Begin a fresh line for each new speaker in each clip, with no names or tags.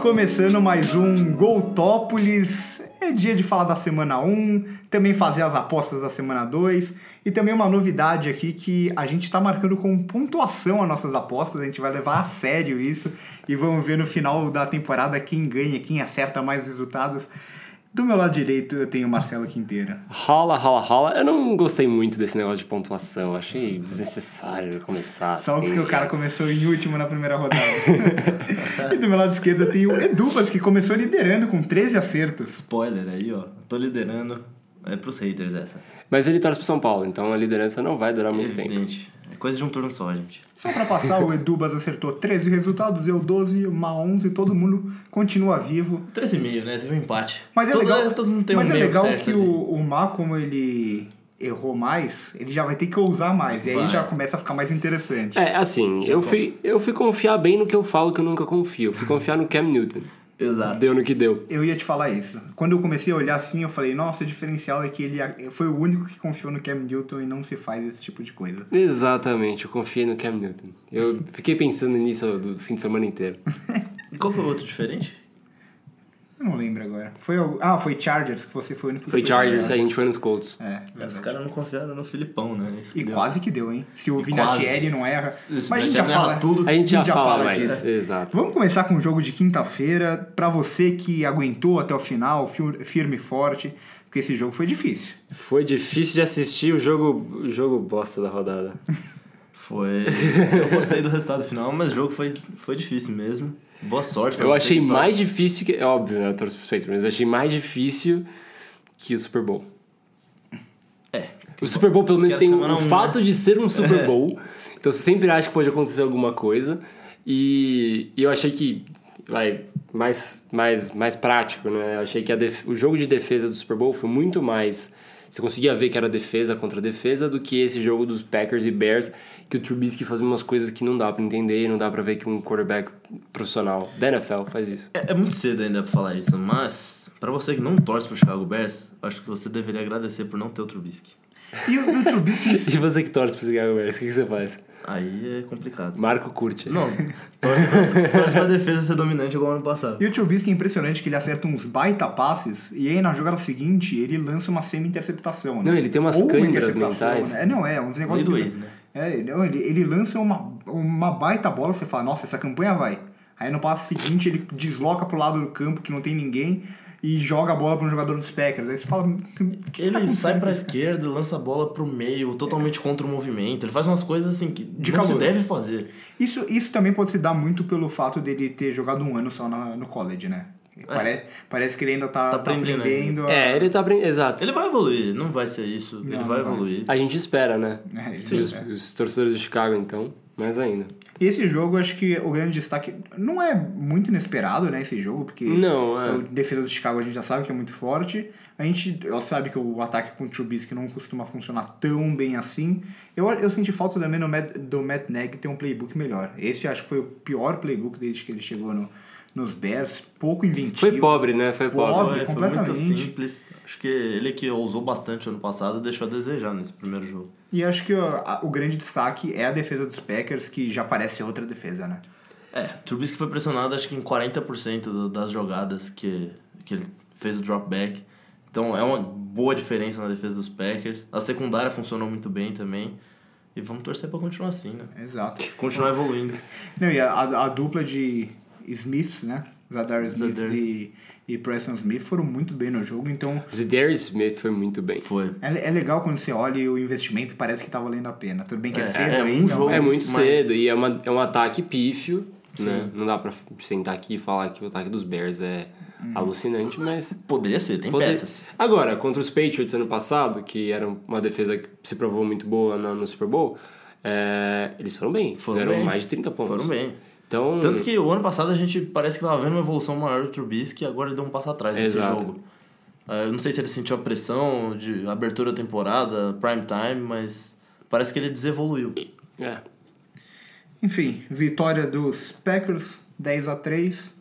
começando mais um Goltópolis. É dia de falar da semana 1, também fazer as apostas da semana 2 e também uma novidade aqui que a gente está marcando com pontuação as nossas apostas, a gente vai levar a sério isso e vamos ver no final da temporada quem ganha, quem acerta mais resultados. Do meu lado direito eu tenho o Marcelo Quinteira.
Rola, rola, rola. Eu não gostei muito desse negócio de pontuação. Achei desnecessário começar
Só
assim.
porque o cara começou em último na primeira rodada. e do meu lado esquerdo eu tenho o Edubas, que começou liderando com 13 acertos.
Spoiler aí, ó. Tô liderando. É pros haters essa.
Mas ele torce pro São Paulo, então a liderança não vai durar muito tempo.
Evidente. É coisa de um turno só, gente.
Só pra passar, o Edubas acertou 13 resultados, eu 12, uma 11, todo mundo continua vivo.
13,5, né? Teve um empate.
Mas é
todo,
legal,
Todo mundo tem
mas
um
é
meio
legal
certo
que
ali.
o, o Má, como ele errou mais, ele já vai ter que ousar mais. E aí
Vai.
já começa a ficar mais interessante.
É, assim, eu fui, eu fui confiar bem no que eu falo que eu nunca confio. Eu fui confiar no Cam Newton.
Exato.
Deu no que deu.
Eu ia te falar isso. Quando eu comecei a olhar assim, eu falei, nossa, o diferencial é que ele a- foi o único que confiou no Cam Newton e não se faz esse tipo de coisa.
Exatamente, eu confiei no Cam Newton. Eu fiquei pensando nisso do fim de semana inteiro.
Qual foi o outro diferente?
Eu não lembro agora. Foi o- Ah, foi Chargers que você foi o único que
Foi
foi
Chargers, a gente foi nos Colts.
É,
Os
verdade.
caras não confiaram no Filipão, né? Isso
E
que deu.
quase que deu, hein? Se o Vinatieri não erra. Mas
Isso,
a gente
Vinatieri
já
não erra
fala.
tudo.
A gente já, fala, mais.
disso.
Exato.
Vamos começar com o jogo de quinta-feira. Pra você que aguentou até o final, fir- firme e forte, porque esse jogo foi difícil.
Foi difícil de assistir o jogo, o jogo bosta da rodada.
Foi. Eu gostei do resultado final, mas o jogo foi, foi difícil mesmo. Boa sorte. pra
Eu
você
achei
que torce.
mais difícil que. É óbvio, né? Eu torço pro Patriots, mas eu achei mais difícil que o Super Bowl.
É.
O Super Bowl, pelo menos,
que a
tem o
semana um, né? É.
fato de ser um Super Bowl. Então você sempre acha que pode acontecer alguma coisa. E, e eu achei que. Vai, mais, mais, mais prático, né? Eu achei que a def- o jogo de defesa do Super Bowl foi muito mais. Você conseguia ver que era defesa contra defesa do que esse jogo dos Packers e Bears, que o Trubisky faz umas coisas que não dá pra entender e não dá pra ver que um quarterback profissional da NFL faz isso.
É, é muito cedo ainda pra falar isso, mas pra você que não torce pro Chicago Bears, acho que você deveria agradecer por não ter o Trubisky.
E o, e o Trubisky.
E você que torce pro Chicago Bears, o que, que você faz?
Aí é complicado.
Marco curte.
Não, torce pra, torce pra defesa ser dominante igual ano passado.
E o Trubisky é impressionante que ele acerta uns baita passes e aí na jogada seguinte ele lança uma semi-interceptação. Né?
Não, ele tem umas
Ou uma
câimbras
interceptação,
mentais.
Né? É, Não, é, uns negócios.
Meio do
bizarros.
ex, né?
É, não, ele, ele lança uma, uma baita bola, você fala, nossa, essa campanha vai. Aí no passo seguinte ele desloca pro lado do campo que não tem ninguém e joga a bola pra um jogador dos Packers. Aí você fala, "O que tá
Ele sai
acontecendo?"
pra esquerda, lança a bola pro meio, totalmente contra o movimento. Ele faz umas coisas assim que
De
não
calor.
se deve fazer.
Isso, isso também pode se dar muito pelo fato dele ter jogado um ano só na- no college, né? Parece, parece que ele ainda tá,
Tá
tá aprendendo.
aprendendo ainda.
a-
É, ele tá aprendendo. Exato.
Ele vai evoluir, não vai ser isso. ele vai
não
evoluir.
A gente espera, né?
É, ele
Os,
espera.
os torcedores de Chicago, então, mais ainda.
Esse jogo, acho que o grande destaque não é muito inesperado, né? Esse jogo, porque
Não, é.
a defesa do Chicago a gente já sabe que é muito forte. A gente ela sabe que o ataque com o Trubisky não costuma funcionar tão bem assim. Eu, eu senti falta também no Matt, do Matt Nagy ter um playbook melhor. Esse acho que foi o pior playbook desde que ele chegou no, nos Bears. Pouco inventivo.
Foi pobre, né? Foi pobre.
Pobre.
Foi- foi
completamente.
muito simples. Acho que ele que ousou bastante ano passado deixou a desejar nesse primeiro jogo.
E acho que ó, a- o grande destaque é a defesa dos Packers, que já parece outra defesa, né?
É, Trubisky foi pressionado acho que em 40% do- das jogadas que, que ele fez o dropback. Então é uma boa diferença na defesa dos Packers. A secundária funcionou muito bem também. E vamos torcer pra continuar assim, né?
Exato.
Continuar evoluindo.
Não, e a, a- a dupla de Smiths, né? Zadar Smith
Zadar.
E, e Preston Smith foram muito bem no jogo, então
O Darius Smith foi muito bem.
Foi.
é, é legal quando você olha e o investimento parece que tá valendo a pena. Tudo bem que é,
É,
cedo
é um
ainda,
jogo.
É muito
Mas-
cedo e é, uma, é um ataque pífio, né? Não dá pra sentar aqui e falar que o ataque dos Bears é alucinante, mas...
Poderia ser, tem
Poder-
peças.
Agora, contra os Patriots ano passado, que era uma defesa que se provou muito boa no, no Super Bowl, é, eles foram bem.
Foram
Fizeram
bem.
mais de 30 pontos.
Foram bem.
Então,
Tanto que o ano passado a gente parece que tava vendo uma evolução maior do Trubisky e agora ele deu um passo atrás nesse
Exato.
jogo. Ah, Eu não sei se ele sentiu a pressão de abertura da temporada, prime time, mas parece que ele desevoluiu.
é.
Enfim, vitória dos Packers, 10 a 3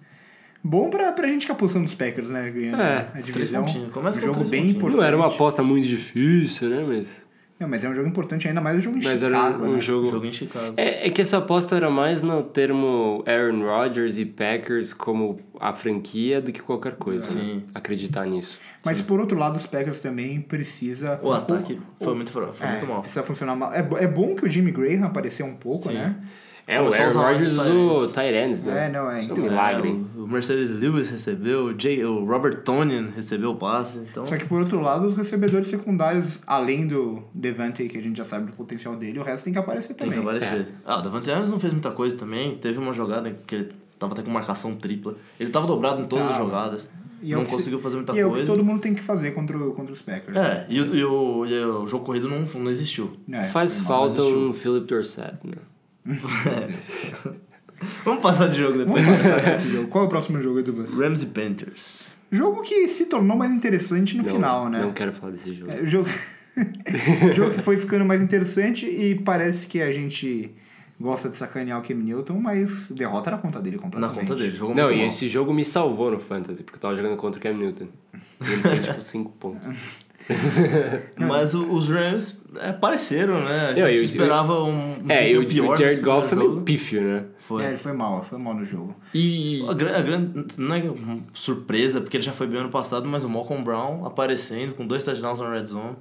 Bom pra, pra gente que apostou nos Packers, né? Ganhando
É,
a divisão.
três pontinhos. Começa
um
com
jogo
três
bem
pontinhos.
importante.
Não era uma aposta muito difícil, né? Mas
Não, mas é um jogo importante, ainda mais o jogo em
Mas era
Chicago,
um
né?
jogo.
Jogo em Chicago.
É, é que essa aposta era mais no termo Aaron Rodgers e Packers como a franquia do que qualquer coisa. né?
Sim.
Acreditar nisso.
Mas por outro lado, os Packers também precisa... um
O ataque foi muito, fra-
É.
foi muito mal.
Precisa funcionar mal. É, bo- é bom que o Jimmy Graham apareceu um pouco,
Sim.
né?
É,
Como
o
só os
Aaron
Rodgers
Rodgers
e
usou
Tyrants.
Tyrants, né?
É, não, é,
Isso
então.
um milagre.
É, o- o Mercedes Lewis recebeu, o, Jay, o Robert Tonian recebeu o passe, então...
Só que por outro lado, os recebedores secundários, além do Devante, que a gente já sabe do potencial dele, o resto tem que aparecer
Tem que
também.
aparecer. Ah, o Davante Adams não fez muita coisa também. Teve uma jogada que ele tava até com marcação tripla. Ele tava dobrado em todas as
Tava.
jogadas.
E é o
não
que se-
conseguiu fazer muita
e é o que
coisa.
todo mundo tem que fazer contra, o- contra os Packers.
É, e, o- e o, e o jogo corrido não, não existiu.
É,
Faz
foi mal.
falta um Philip Dorsett, né?
Vamos passar de jogo depois.
Vamos passar desse jogo. Qual é o próximo jogo, Edu? Bus?
Rams e Panthers.
Jogo que se tornou mais interessante no
Não,
final, né?
Não quero falar desse jogo.
É, o jogo... o jogo que foi ficando mais interessante e parece que a gente gosta de sacanear o Cam Newton, mas derrota na conta dele
Na
completamente.
conta dele, jogou
Não,
muito
e
mal.
esse jogo me salvou no Fantasy, porque eu tava jogando contra o Cam Newton. E ele fez tipo 5 pontos.
Mas o- os Rams é, apareceram, né? A gente
Não, eu-
esperava um, um
É, e
desempenho
o, o Jared
nesse primeiro
Goff é meio
jogo.
pífio, né?
Foi.
É, ele foi mal, foi mal no jogo.
E.
A gran- a grande, não é uma surpresa, porque ele já foi bem ano passado, mas o Malcolm Brown aparecendo com dois touchdowns na red zone.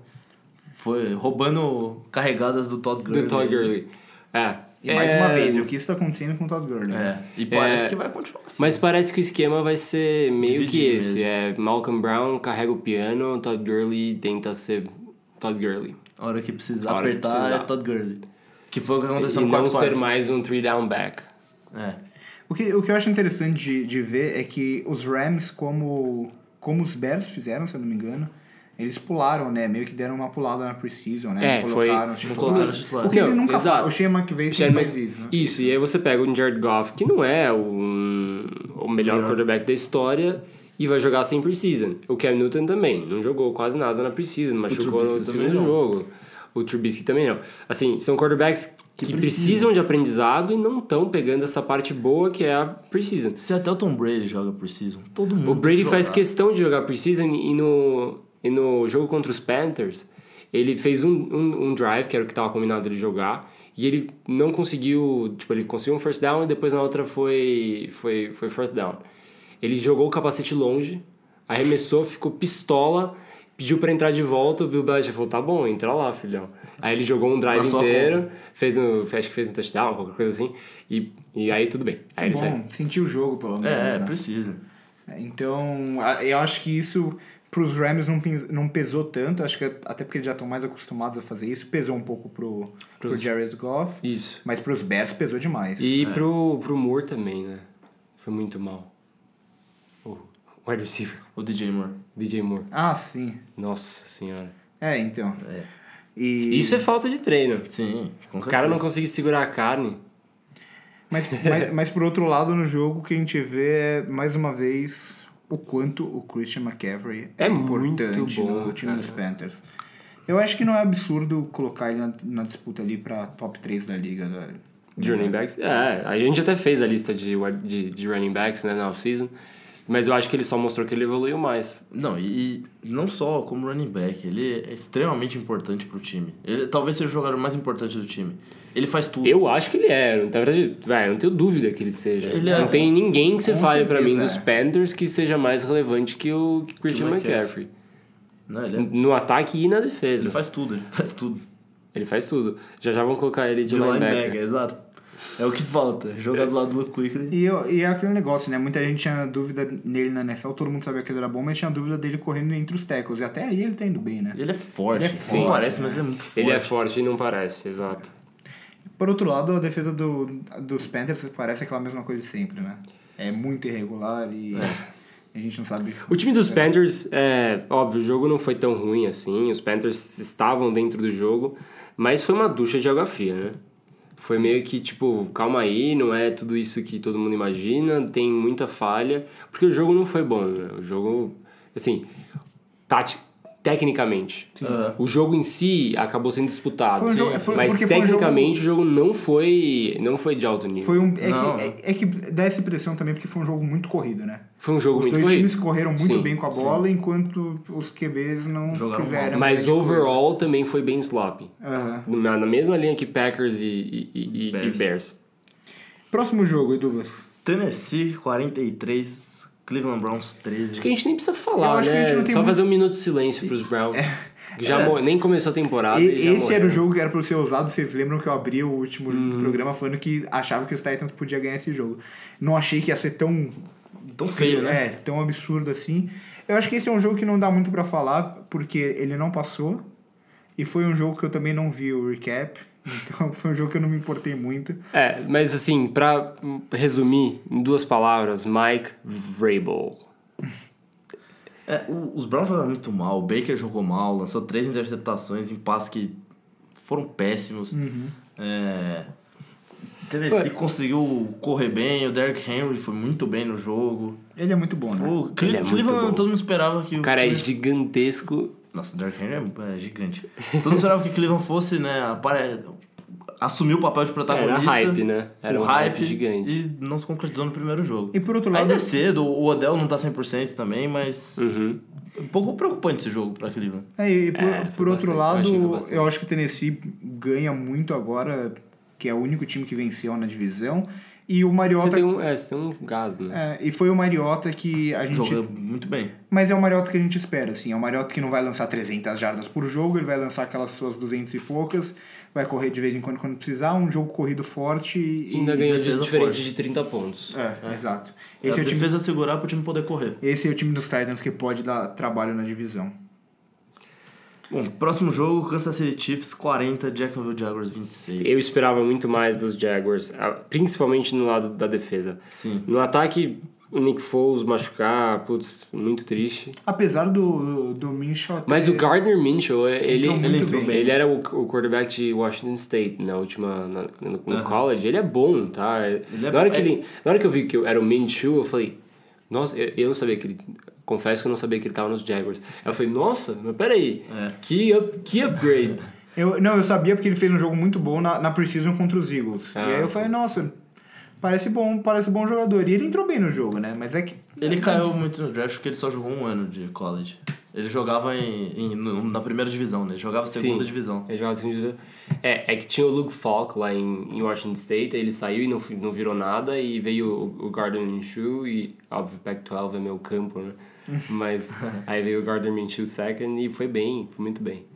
Foi roubando carregadas do Todd Gurley.
Do Todd Gurley. É.
E mais uma
É,
vez, o que está acontecendo com o Todd Gurley? né?
É, e parece
É.
que vai continuar assim.
Mas parece que o esquema vai ser meio que
Dividido
esse. É Malcolm Brown carrega o piano, Todd Gurley tenta ser Todd Gurley.
A hora que precisar
A hora que
apertar
precisar.
é Todd Gurley. Que foi o que aconteceu
E
no
não
quarto
ser
quarto.
mais um three down back.
É.
O que, o que eu acho interessante de, de ver é que os Rams, como, como os Bears fizeram, se eu não me engano, eles pularam, né? Meio que deram uma pulada na preseason, né?
É,
Não
foi-
colocaram os
não
titulares.
colocaram os titulares.
O que ele
Não,
nunca faz.
exato.
O Shea McVay sempre
Sherman-
faz isso, né?
Isso, e aí você pega o Jared Goff, que não é um, o melhor quarterback da história, e vai jogar sem preseason. O Cam Newton também, não jogou quase nada na preseason, machucou no
Trubisky também
segundo
não.
jogo. O Trubisky também não. Assim, são quarterbacks que,
precisam.
precisam de aprendizado e não estão pegando essa parte boa que é a preseason.
Se até o Tom Brady joga por season, todo mundo.
O Brady
joga.
faz questão de jogar preseason e no, e no jogo contra os Panthers, ele fez um, um, um drive, que era o que estava combinado ele jogar, e ele não conseguiu, tipo, ele conseguiu um first down e depois na outra foi, foi, foi fourth down. Ele jogou o capacete longe, arremessou, ficou pistola, pediu pra entrar de volta, o Bill Belichick falou, tá bom, entra lá, filhão. Aí ele jogou um drive
Passou a
inteiro, fez um, acho que fez um touchdown, qualquer coisa assim, e, e aí tudo bem. Aí ele saiu.
Bom, sentiu o jogo, pelo menos.
É, é,
né?
precisa.
Então, a- eu acho que isso pros Rams não, pes- não pesou tanto. Acho que até porque eles já estão mais acostumados a fazer isso. Pesou um pouco pro, pro Jared Goff.
Isso.
Mas pros Bears pesou demais.
E pro, pro Moore também, né? Foi muito mal. O wide receiver,
O DJ Moore.
DJ Moore.
Ah, sim.
Nossa senhora.
É, então.
É.
E...
Isso é falta de treino.
Sim, com
O cara
certeza.
não conseguir segurar a carne.
Mas, mas, mas por outro lado, no jogo, o que a gente vê é, mais uma vez, o quanto o Christian McCaffrey é,
É muito
importante
bom,
no time dos Panthers. Eu acho que não é absurdo colocar ele na, na disputa ali pra top 3 da liga. né? Da,
De running backs. É, a gente até fez a lista de, wide- de, de running backs né, na off-season. Mas eu acho que ele só mostrou que ele evoluiu mais.
Não, e e não só como running back, ele é extremamente importante pro time. Ele talvez seja o jogador mais importante do time. Ele faz tudo.
Eu acho que ele é. Na verdade, vai, eu não tenho dúvida que ele seja.
Ele é.
não tem ninguém que você
Com
fale pra mim
certeza,
dos
é.
Panthers que seja mais relevante que o que Christian
McCaffrey.
McCaffrey.
Não, ele, é-
No ataque e na defesa.
ele faz tudo, ele faz tudo.
Ele faz tudo. Já já vão colocar ele de, linebacker.
exato. É o que falta. Jogar do lado do Quickly.
E, eu- e é aquele negócio, né? Muita gente tinha dúvida nele na NFL, todo mundo sabia que ele era bom, mas tinha dúvida dele correndo entre os tackles. E até aí ele tá indo bem, né?
Ele é forte.
Ele é
Não
forte,
parece,
né?
mas ele é muito forte.
Ele é forte e não parece, exato.
Por outro lado, a defesa do, dos Panthers parece aquela mesma coisa de sempre, né? É muito irregular e a gente não sabe.
É. O time dos Panthers, é, óbvio, o jogo não foi tão ruim assim. Os Panthers estavam dentro do jogo, mas foi uma ducha de água fria, né? Foi meio que tipo, calma aí, não é tudo isso que todo mundo imagina, tem muita falha, porque o jogo não foi bom, né? O jogo, assim, tati- tecnicamente.
Aham.
O jogo em si acabou sendo disputado.
Foi um jogo- foi-
mas
porque foi um
tecnicamente o jogo não foi, não foi de alto nível. Foi,
Foi um, é,
Não.
que, é, é que dá essa impressão também, porque foi um jogo muito corrido, né?
um jogo
Os
muito
dois
corrido.
times correram muito
Sim,
bem com a bola, enquanto os QBs não
Jogaram
fizeram.
Mas
grande coisa.
overall também foi bem sloppy.
Aham.
Na, na mesma linha que Packers e, e- e- e- e Bears.
Bears.
Próximo jogo, Edubas.
Tennessee 43, Cleveland Browns 13.
Acho que a gente nem precisa falar,
Eu acho que a
né?
gente não tem
Só
muito- É.
fazer um minuto de silêncio pros Browns. que Já mor- Nem começou a temporada.
E-
e já
esse era
morreu. Hum.
o jogo que era pra ser usado. Vocês lembram que eu abri o último programa falando que achava que os Titans podia ganhar esse jogo. Não achei que ia ser tão.
Tão feio, né?
É, tão absurdo assim. Eu acho que esse é um jogo que não dá muito pra falar, porque ele não passou. E foi um jogo que eu também não vi o recap. Então foi um jogo que eu não me importei muito.
É, mas assim, pra hum, resumir em duas palavras, Mike Vrabel.
É, o- os Browns jogaram muito mal, o Baker jogou mal, lançou três interceptações em passes que foram péssimos. É, o Tennessee
Uhum. Foi.
conseguiu correr bem, o Derrick Henry foi muito bem no jogo.
Ele é muito bom, né?
O Cle-
Ele é muito bom.
Cleveland, todo mundo esperava que o.
O cara é
Cle-
gigantesco.
Nossa, o Derrick Henry é, é gigante. todo mundo esperava que Cleveland fosse, né? apare- Assumir o papel de
Era
protagonista.
hype, né? Era
o
um hype, gigante.
E não se concretizou no primeiro jogo.
E por outro lado.
Ainda
assim.
é cedo, o Odell não tá 100% também, mas.
Uhum.
Um pouco preocupante esse jogo pra Cleveland.
É, e por,
É, foi
por outro lado,
bastante, eu achei que foi
eu,
bastante.
acho que o Tennessee ganha muito agora, que é o único time que venceu na divisão. E o
Você
Mariota.
tem, um, é, você tem um gás, né?
é, e foi o Mariota que a gente.
Joga muito bem.
Mas é o Mariota que a gente espera, assim. É o Mariota que não vai lançar 300 jardas por jogo, ele vai lançar aquelas suas 200 e poucas, vai correr de vez em quando quando precisar, um jogo corrido forte e.
Ainda ganhou de
defesa
diferença
forte.
de 30 pontos.
É, exato.
É,
Esse é,
a
o time,
defesa segurar pro time poder correr.
esse é o time dos Titans que pode dar trabalho na divisão.
Bom, próximo jogo, Kansas City Chiefs 40, Jacksonville Jaguars 26.
Eu esperava muito mais dos Jaguars, ah, principalmente no lado da defesa.
Sim.
No ataque, o Nick Foles machucar, putz, muito triste.
Apesar do, do Minshew.
Mas
ter-
o
É.
Gardner Minshew, ele,
muito
ele,
bem.
ele era o, o quarterback de Washington State na última, na- no, no college. Ele é bom, tá?
é
na, hora
bom,
que
é.
ele, na hora que eu vi que eu era o Minshew, eu falei, nossa, eu, eu não sabia que ele... Confesso que eu não sabia que ele tava nos Jaguars. Eu falei, nossa, mas peraí,
É.
que, up, que upgrade.
Eu, não, eu sabia porque ele fez um jogo muito bom na, na Precision contra os Eagles.
Ah,
e aí eu
sim.
falei, nossa, parece bom, parece bom jogador. E ele entrou bem no jogo, né? Mas é que.
Ele caiu muito no draft porque ele só jogou um ano de college. Ele jogava em, em- no- na primeira divisão, né? Ele jogava segunda
Sim.
divisão.
Ele jogava segunda divisão. É, é que tinha o Luke Falk lá em, em Washington State, aí ele saiu e não, fi- não virou nada, e veio o, o Gardner Minshew, e óbvio, Pac-12 é meu campo, né? Mas aí veio o Gardner Minshew second e foi bem, foi muito bem.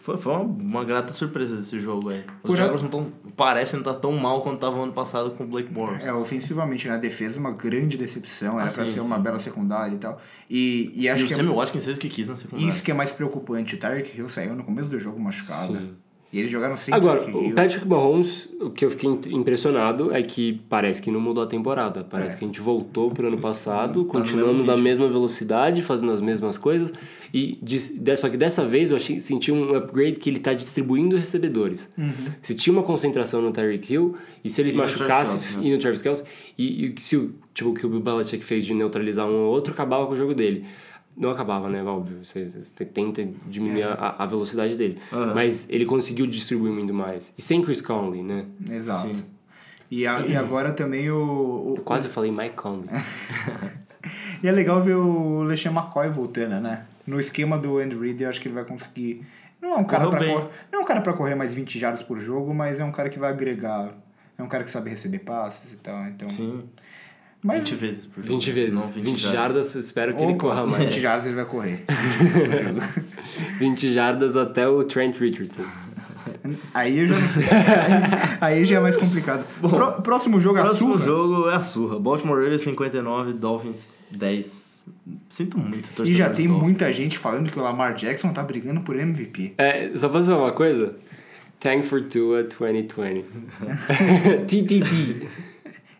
Foi, foi uma, uma grata surpresa esse jogo aí. Os
Por-
Jaguars não tão, parece não tá tão mal quanto tava ano passado com o Blake Morris.
É, ofensivamente, né? A defesa é uma grande decepção. Era
Ah,
pra
sim,
ser uma
sim.
bela secundária e tal. E, e acho
e
que
o né?
é
Sammy Watkins fez o que quis na secundária.
isso que é mais preocupante. O Tyreek Hill saiu no começo do jogo machucado.
Sim.
E eles jogaram sem
Agora,
Tyreek
o
Hill.
Patrick Mahomes, o que eu fiquei int- impressionado é que parece que não mudou a temporada. Parece
É.
que a gente voltou pro ano passado,
Tá no
continuamos
mesmo
na
ritmo.
mesma velocidade, fazendo as mesmas coisas. E dis- de- só que dessa vez eu achei, senti um upgrade que ele tá distribuindo recebedores. Se tinha uma concentração no Tyreek Hill, e se ele
Uhum. E no
machucasse
Travis Kelce, né?
e no Travis Kelce, e, e se o tipo o que o Bill Belichick fez de neutralizar um ou outro, acabava com o jogo dele. Não acabava, né? Óbvio. Você você tenta diminuir a, a velocidade dele.
É. Aham.
Mas ele conseguiu distribuir muito mais. E sem Chris Conley, né?
Exato.
Sim.
E, a- e agora também o.
Eu
o-
quase falei Mike Conley.
E é legal ver o LeSean McCoy voltando, né? No esquema do Andy Reid, eu acho que ele vai conseguir. Não é um cara
Correu
para
bem.
não é um cara para correr mais 20 jardas por jogo, mas é um cara que vai agregar. É um cara que sabe receber passes e tal, então.
Sim.
Mas
20 vezes por jogo.
20 vezes.
Não,
20, jardas, eu espero que ele
Opa,
corra mais.
20 jardas ele vai correr.
20 jardas até o Trent Richardson.
Aí eu já não sei. Aí, aí já é mais complicado. Pró- próximo jogo
Próximo
a surra.
jogo é a surra. Baltimore Ravens 59, Dolphins 10. Sinto muito, torcedor.
E já
dos
tem
Dolphins.
muita gente falando que o Lamar Jackson tá brigando por MVP.
É, só pra falar uma coisa. Tank for Tua 2020. TTT.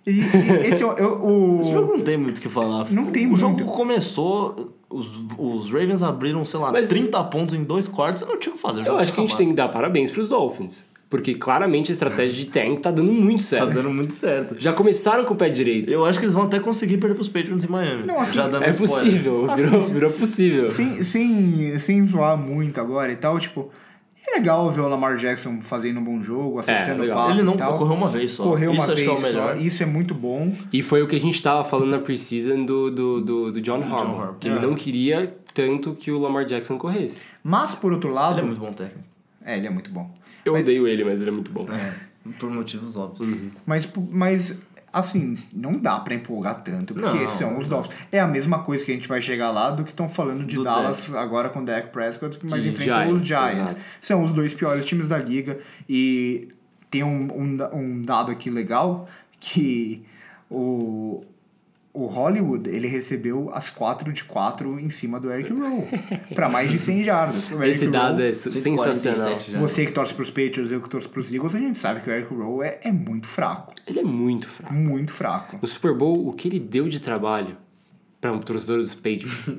E, e esse é o- eu- o.
Esse jogo não tem muito o que falar.
Não tem
O jogo
muito.
começou, os, os Ravens abriram, sei lá,
Mas-
30 pontos em dois quartos, eu não tinha o que fazer. o
Eu
jogo
acho que a gente
tinha
tem que dar parabéns pros Dolphins. Porque claramente a estratégia de tank tá dando muito
Tá
certo.
dando muito certo.
Já começaram com o pé direito.
Eu acho que eles vão até conseguir perder pros Patriots em Miami.
Não, assim,
Já dando
É
spoiler.
possível,
Assim,
virou,
se-
virou possível.
Sem, sem, sem zoar muito agora e tal, tipo, é legal ver o Lamar Jackson fazendo um bom jogo, acertando o
legal.
passo
Ele não
e tal.
correu uma vez só.
Correu
Isso
uma
acho
vez
que é o melhor.
só, isso é muito bom.
E foi o que a gente tava falando na preseason do, do, do, do John Harbaugh.
Harbaugh.
Que ele
É.
não queria tanto que o Lamar Jackson corresse.
Mas, por outro
Ele é
lado...
muito bom técnico.
É, ele é muito bom.
Eu odeio ele, mas ele é muito bom.
Por motivos óbvios.
Mas, pu- mas assim, não dá pra empolgar tanto, porque
Não,
são os Dolphins. É a mesma coisa que a gente vai chegar lá do que estão falando de
Do
Dallas agora com o Dak Prescott, mas
E
enfrentam os
Giants,
Giants.
exato.
São os dois piores times da liga e tem um, um, da- um dado aqui legal que o... O Hollywood, ele recebeu as 4 de 4 em cima do Eric Rowe. pra mais de 100 jardas. O Eric
Esse dado
Rowe-
é sensacional.
147 já.
Você que torce pros Patriots, eu que torço pros Eagles, a gente sabe que o Eric Rowe é- é muito fraco
Ele é muito fraco.
muito fraco.
No Super Bowl, o que ele deu de trabalho para um torcedor dos Patriots?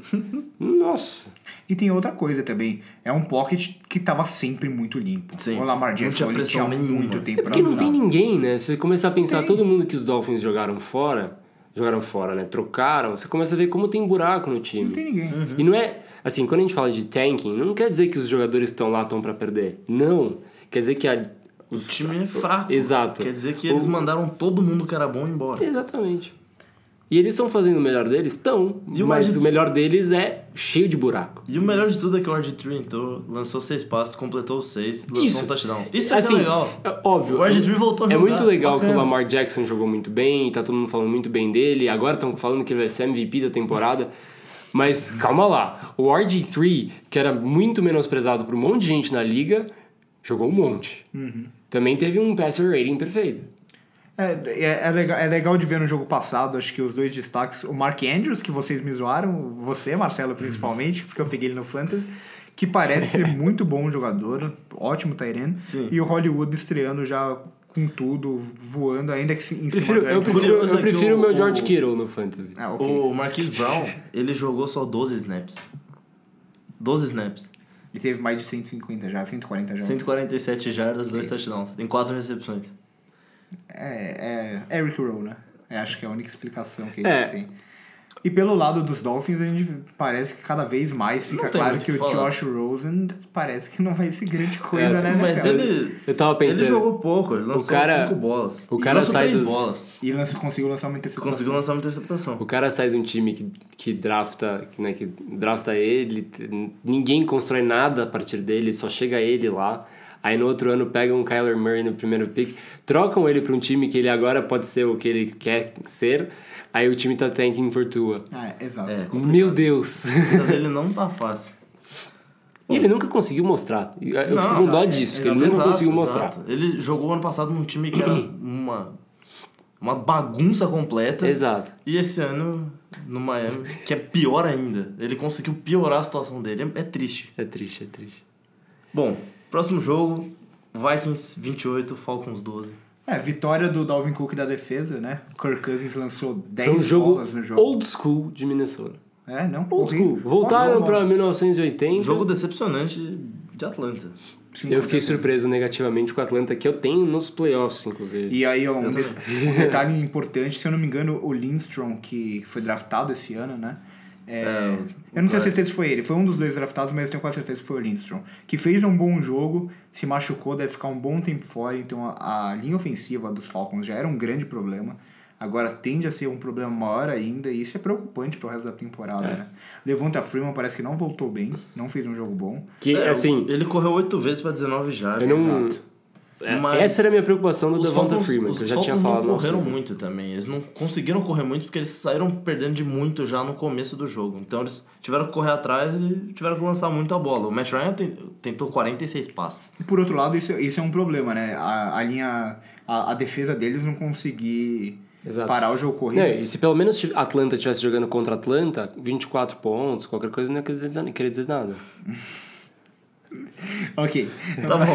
Nossa!
E tem outra coisa também, é um pocket que tava sempre muito limpo.
Sim.
O Lamar
Não
Jackson
tinha
ele tinha
pressão nenhuma.
muito tempo
É porque
pra
não
usar.
tem ninguém, né? Se você começar a pensar, todo mundo que os Dolphins jogaram fora, jogaram fora, né? Trocaram, você começa a ver como tem buraco no time.
Não tem ninguém.
Uhum.
E não é. Assim, quando a gente fala de tanking, não quer dizer que os jogadores que estão lá estão para perder. Não. Quer dizer que a.
O time é fraco.
Exato.
Quer dizer que eles mandaram todo mundo que era bom embora.
Exatamente. E eles estão fazendo o melhor deles? Estão.
E o
Mas
Magic-
o melhor deles é cheio de buraco.
E o melhor de tudo é que o RG3 entrou, lançou seis passes, completou os seis, lançou
Isso.
um touchdown. Isso é
assim,
legal.
É óbvio.
O RG3 voltou a
É
jogar.
muito legal que o
Bacana.
Lamar Jackson jogou muito bem, tá todo mundo falando muito bem dele, agora estão falando que ele vai ser MVP da temporada. Mas calma lá, o RG3, que era muito menosprezado por um monte de gente na liga, jogou um monte. Também teve um passer rating perfeito.
É, é, é legal, é legal de ver no jogo passado, acho que os dois destaques, o Mark Andrews, que vocês me zoaram, você, Marcelo, principalmente, porque eu peguei ele no Fantasy, que parece ser muito bom jogador, ótimo Tairen,
Sim.
e o Hollywood estreando já com tudo, voando, ainda que se- em cima
Prefiro-
do
eu
Eric
prefiro,
Curioso é
eu
que
prefiro o
o-
meu George
o-
Kittle no Fantasy.
Ah, ok.
O Marquis Brown, ele jogou só 12 snaps. 12 snaps.
Ele teve mais de 150 já, 140 já.
147 jardas, dois touchdowns. Em quatro recepções.
É, é Eric Rowe, né? É, acho que é a única explicação que a gente
É.
tem. E pelo lado dos Dolphins, a gente parece que cada vez mais fica
tem
claro
muito
que
o
o
que falar.
Josh Rosen parece que não vai ser grande coisa,
É,
né?
Mas
NFL?
ele.
Eu tava pensando.
Ele jogou pouco, ele lançou
cara-
cinco bolas.
o
E
cara
lançou
sai
três
dos-
bolas.
E lança, conseguiu lançar uma interceptação.
Conseguiu lançar uma interceptação.
O cara sai de um time que, que drafta, que, né, que drafta ele, t- ninguém constrói nada a partir dele, só chega ele lá. Aí no outro ano pegam um Kyler Murray no primeiro pick, trocam ele pra um time que ele agora pode ser o que ele quer ser. Aí o time tá tanking for Tua.
Ah, é, exato.
É,
Meu Deus.
a vida dele não tá fácil.
E ele nunca conseguiu mostrar. Eu
Não,
fico com dó
é,
disso, que ele
exato,
nunca
Exato,
conseguiu
exato.
mostrar.
Ele jogou ano passado num time que era uma, uma bagunça completa.
Exato.
E esse ano, no Miami, que é pior ainda. Ele conseguiu piorar a situação dele. É triste.
É triste, é triste.
Bom, próximo jogo. Vikings 28, Falcons 12.
É, vitória do Dalvin Cook da defesa, né? O Kirk Cousins lançou 10
Foi um jogo
bolas no jogo.
old school de Minnesota.
É, não?
Old
horrível.
school. Voltaram
Horrível,
pra
mano.
1980.
Jogo decepcionante de Atlanta.
Sim,
Eu
com
fiquei
certeza.
surpreso negativamente com o Atlanta, que eu tenho nos playoffs, inclusive.
E aí, ó, um, de- um detalhe importante, se eu não me engano, o Lindstrom, que foi draftado esse ano, né? É, eu não tenho
claro.
certeza se foi ele, foi um dos dois draftados, mas eu tenho quase certeza que foi o Lindstrom. Que fez um bom jogo, se machucou, deve ficar um bom tempo fora, então a, a linha ofensiva dos Falcons já era um grande problema. Agora tende a ser um problema maior ainda, e isso é preocupante pro resto da temporada, né? Levanta Freeman parece que não voltou bem, não fez um jogo bom.
Que,
É,
assim,
Ele correu 8 vezes pra 19
eu
jardas.
não... É,
Mas
Essa era a minha preocupação do
Os
Devonta
Falcons-
Freeman,
os
que eu já
Falcons
tinha falado.
não
nossa, é
correram
essa-
muito também. Eles não conseguiram correr muito porque eles saíram perdendo de muito já no começo do jogo. Então eles tiveram que correr atrás e tiveram que lançar muito a bola. O Matt Ryan ten- tentou 46 passes.
E por outro lado, isso, isso é um problema, né? A, a linha. A, a defesa deles não conseguir
Exato.
parar o jogo corrido.
Não, e se pelo menos tiv- Atlanta estivesse jogando contra Atlanta, 24 pontos, qualquer coisa, não ia querer dizer, querer dizer nada.
Ok.
Tá bom.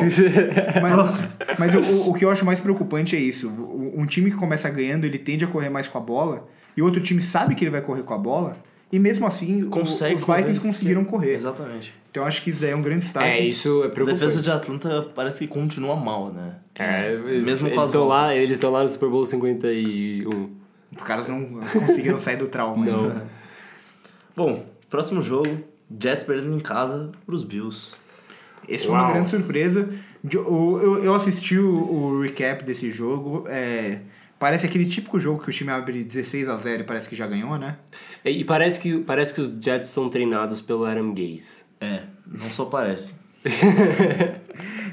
Mas, mas o, o que eu acho mais preocupante é isso. O- Um time que começa ganhando, ele tende a correr mais com a bola, e outro time sabe que ele vai correr com a bola. E mesmo assim,
Consegue
os
correr,
Vikings conseguiram
sim.
correr.
Exatamente.
Então acho que isso aí é um grande destaque.
É, isso é
A
preocupante.
tá. defesa de Atlanta parece que continua mal, né?
É, eles,
Mesmo com
eles
as
estão
voltas.
lá, eles estão lá no Super Bowl 51.
Os caras não conseguiram sair do trauma. né?
Não.
ainda.
Bom, próximo jogo, Jets perdendo em casa pros Bills.
Esse foi uma
Uau.
grande surpresa. De- o- Eu, eu assisti o, o recap desse jogo. é, parece aquele típico jogo que o time abre 16 a 0 e parece que já ganhou, né?
E, e parece que, parece que os Jets são treinados pelo Adam Gaze.
É, não só parece.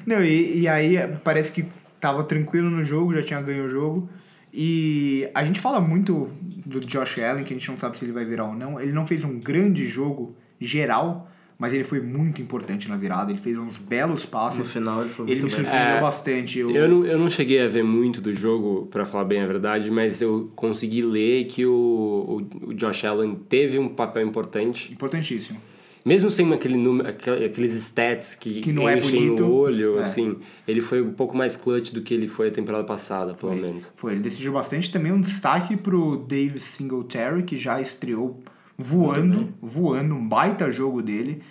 Não, e, e aí é, parece que tava tranquilo no jogo, já tinha ganho o jogo. E a gente fala muito do Josh Allen, que a gente não sabe se ele vai virar ou não. Ele não fez um grande jogo geral, mas ele foi muito importante na virada. Ele fez uns belos
No
passes.
final ele foi
Ele me
muito bem.
surpreendeu
É,
bastante. Eu-
Eu não, eu não cheguei a ver muito do jogo, pra falar bem a verdade, mas eu consegui ler que o, o, o Josh Allen teve um papel importante.
Importantíssimo.
Mesmo sem aquele número, aquel- aqueles stats que,
Que não é
enchem
bonito.
o olho,
É.
assim, ele foi um pouco mais clutch do que ele foi a temporada passada, pelo menos.
Foi, ele decidiu bastante. Também um destaque pro Davis Singletary, que já estreou voando, voando, um baita jogo dele.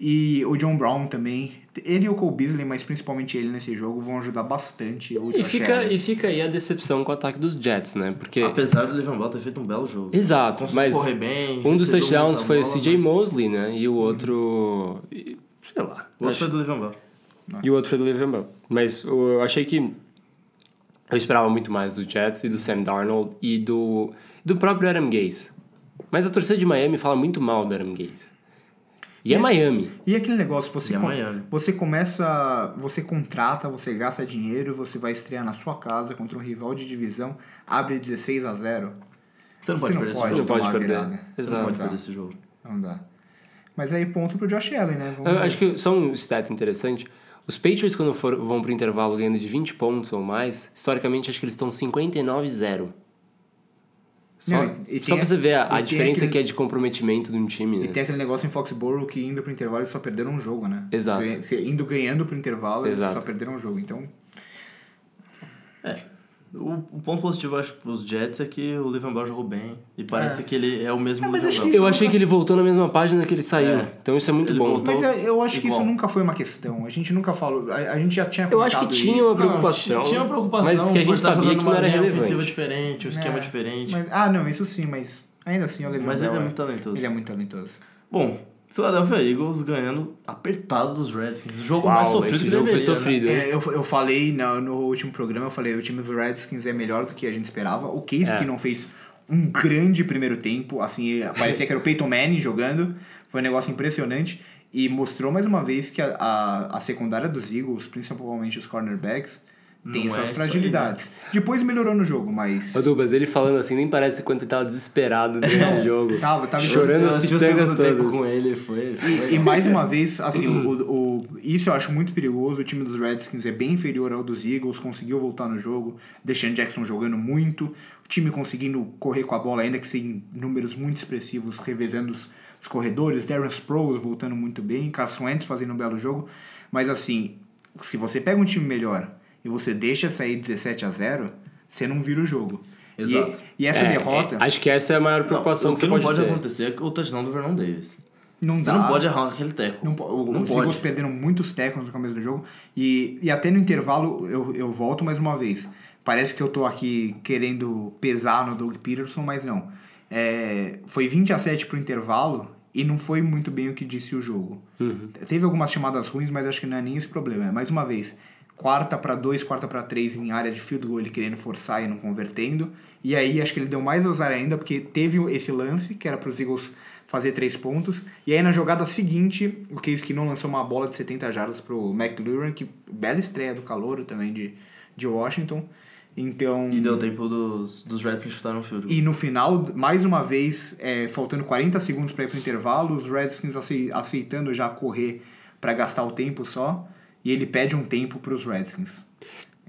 E o John Brown também. Ele e o Cole Beasley, mas principalmente ele nesse jogo, vão ajudar bastante o
E
Josh
fica,
Allen.
e fica aí a decepção com o ataque dos Jets, né? Porque.
Apesar do Levan Bell ter feito um belo jogo.
Exato,
Conseguiu
mas
correr bem,
um dos
recebeu
touchdowns
muita
foi o
bola,
CJ
mas-
Mosley, né? E o outro. e- Sei lá.
O outro foi do Levan Bell.
é?
E o outro foi do Le'Veon Bell. Mas o- eu achei que eu esperava muito mais do Jets e do Sam Darnold e do, do próprio Adam Gaze. Mas a torcida de Miami fala muito mal do Adam Gaze. E é, Miami.
E aquele negócio, você,
E é
com-
Miami.
você começa, você contrata, você gasta dinheiro, você vai estrear na sua casa contra um rival de divisão, abre 16 a 0
Você não pode
não
perder esse
pode.
Você
jogo.
não pode
tomar
perder.
virada.
Você não
Exato.
pode perder esse jogo.
Não dá. Mas aí ponto pro Josh Allen, né? Vamos
Eu
ver.
acho que só um stat interessante. Os Patriots, quando for, vão pro intervalo ganhando de 20 pontos ou mais, historicamente acho que eles estão 59-0. Só,
Não, e- e
só
tem
pra você ver
e
a, a
tem
diferença
aquele-
que é de comprometimento de um time, né?
E tem aquele negócio em Foxborough que indo pro intervalo eles só perderam um jogo, né?
Exato.
Ganha- se- Indo ganhando pro intervalo,
Exato.
eles só perderam um jogo. Então,
O, o ponto positivo, eu acho, pros Jets é que o Levan Bell jogou bem. E parece que ele é o mesmo
É, mas
Le'Veon
acho
Bell.
que-
Eu achei que ele voltou na mesma página que ele saiu.
É.
Então isso é muito
Ele
bom.
voltou.
mas eu, eu acho que
igual.
isso nunca foi uma questão. A gente nunca falou. A, a gente já tinha
Eu acho
comentado
que tinha
isso.
uma preocupação.
Tinha uma preocupação.
Mas que a
por
gente sabia
estar jogando
que não
uma
era
linha
relevante.
ofensiva diferente, um esquema
É,
diferente.
mas- ah, não, isso sim, mas ainda assim eu levei
Mas ele é muito talentoso.
Ele é muito talentoso.
Bom, Philadelphia Eagles ganhando apertado dos Redskins. O jogo
Uau,
mais sofrido
esse
que
jogo foi
deveria,
sofrido.
Né?
É, eu, eu falei na- no último programa, eu falei o time dos Redskins é melhor do que a gente esperava. O Case
É.
que não fez um grande primeiro tempo, assim, parecia que era o Peyton Manning jogando. Foi um negócio impressionante. E mostrou mais uma vez que a, a, a secundária dos Eagles, principalmente os cornerbacks, tem
Não é
suas
isso aí,
fragilidades. Depois melhorou no jogo, mas.
Ô, Dubas, ele falando assim, nem parece quanto ele tava desesperado durante o jogo.
Tava, tava
Chorando as
assisti o
pitangas
segundo tempo
todas.
com ele, foi... foi-
E, e mais uma vez, assim, o, o- isso eu acho muito perigoso. O time dos Redskins é bem inferior ao dos Eagles, conseguiu voltar no jogo, deixando Jackson jogando muito, o time conseguindo correr com a bola, ainda que sem números muito expressivos, revezando os, os corredores, Darren Sproles voltando muito bem, Carson Wentz fazendo um belo jogo. Mas assim, se você pega um time melhor e você deixa sair 17 a 0 você não vira o jogo. E-
Exato.
E, essa
É,
derrota
é, acho que essa é a maior
Não,
preocupação
o
que
que
você
não
pode,
pode
ter.
acontecer é o touchdown do Vernon Davis.
não
Você
dá.
não pode errar aquele teco.
Não, po- o-
Não
os
pode.
Eagles perderam muitos tackles no começo do jogo. E, e até no intervalo, eu, eu volto mais uma vez. Parece que eu tô aqui querendo pesar no Doug Peterson, mas não. É, foi 20 a 7 pro intervalo e não foi muito bem o que disse o jogo.
Uhum.
Teve algumas chamadas ruins, mas acho que não é nem esse problema. É, mais uma vez, quarta pra dois, quarta pra três em área de field goal, ele querendo forçar e não convertendo. E aí acho que ele deu mais azar ainda, porque teve esse lance, que era pros Eagles fazer três pontos. E aí na jogada seguinte, o Case Keenum lançou uma bola de 70 jardas pro McLaurin, que bela estreia do calouro também de, de Washington. Então...
E deu tempo dos, dos Redskins chutarem o field goal.
E no final, mais uma vez, é, faltando 40 segundos para ir pro intervalo, os Redskins acei- aceitando já correr para gastar o tempo só, e ele pede um tempo para os Redskins.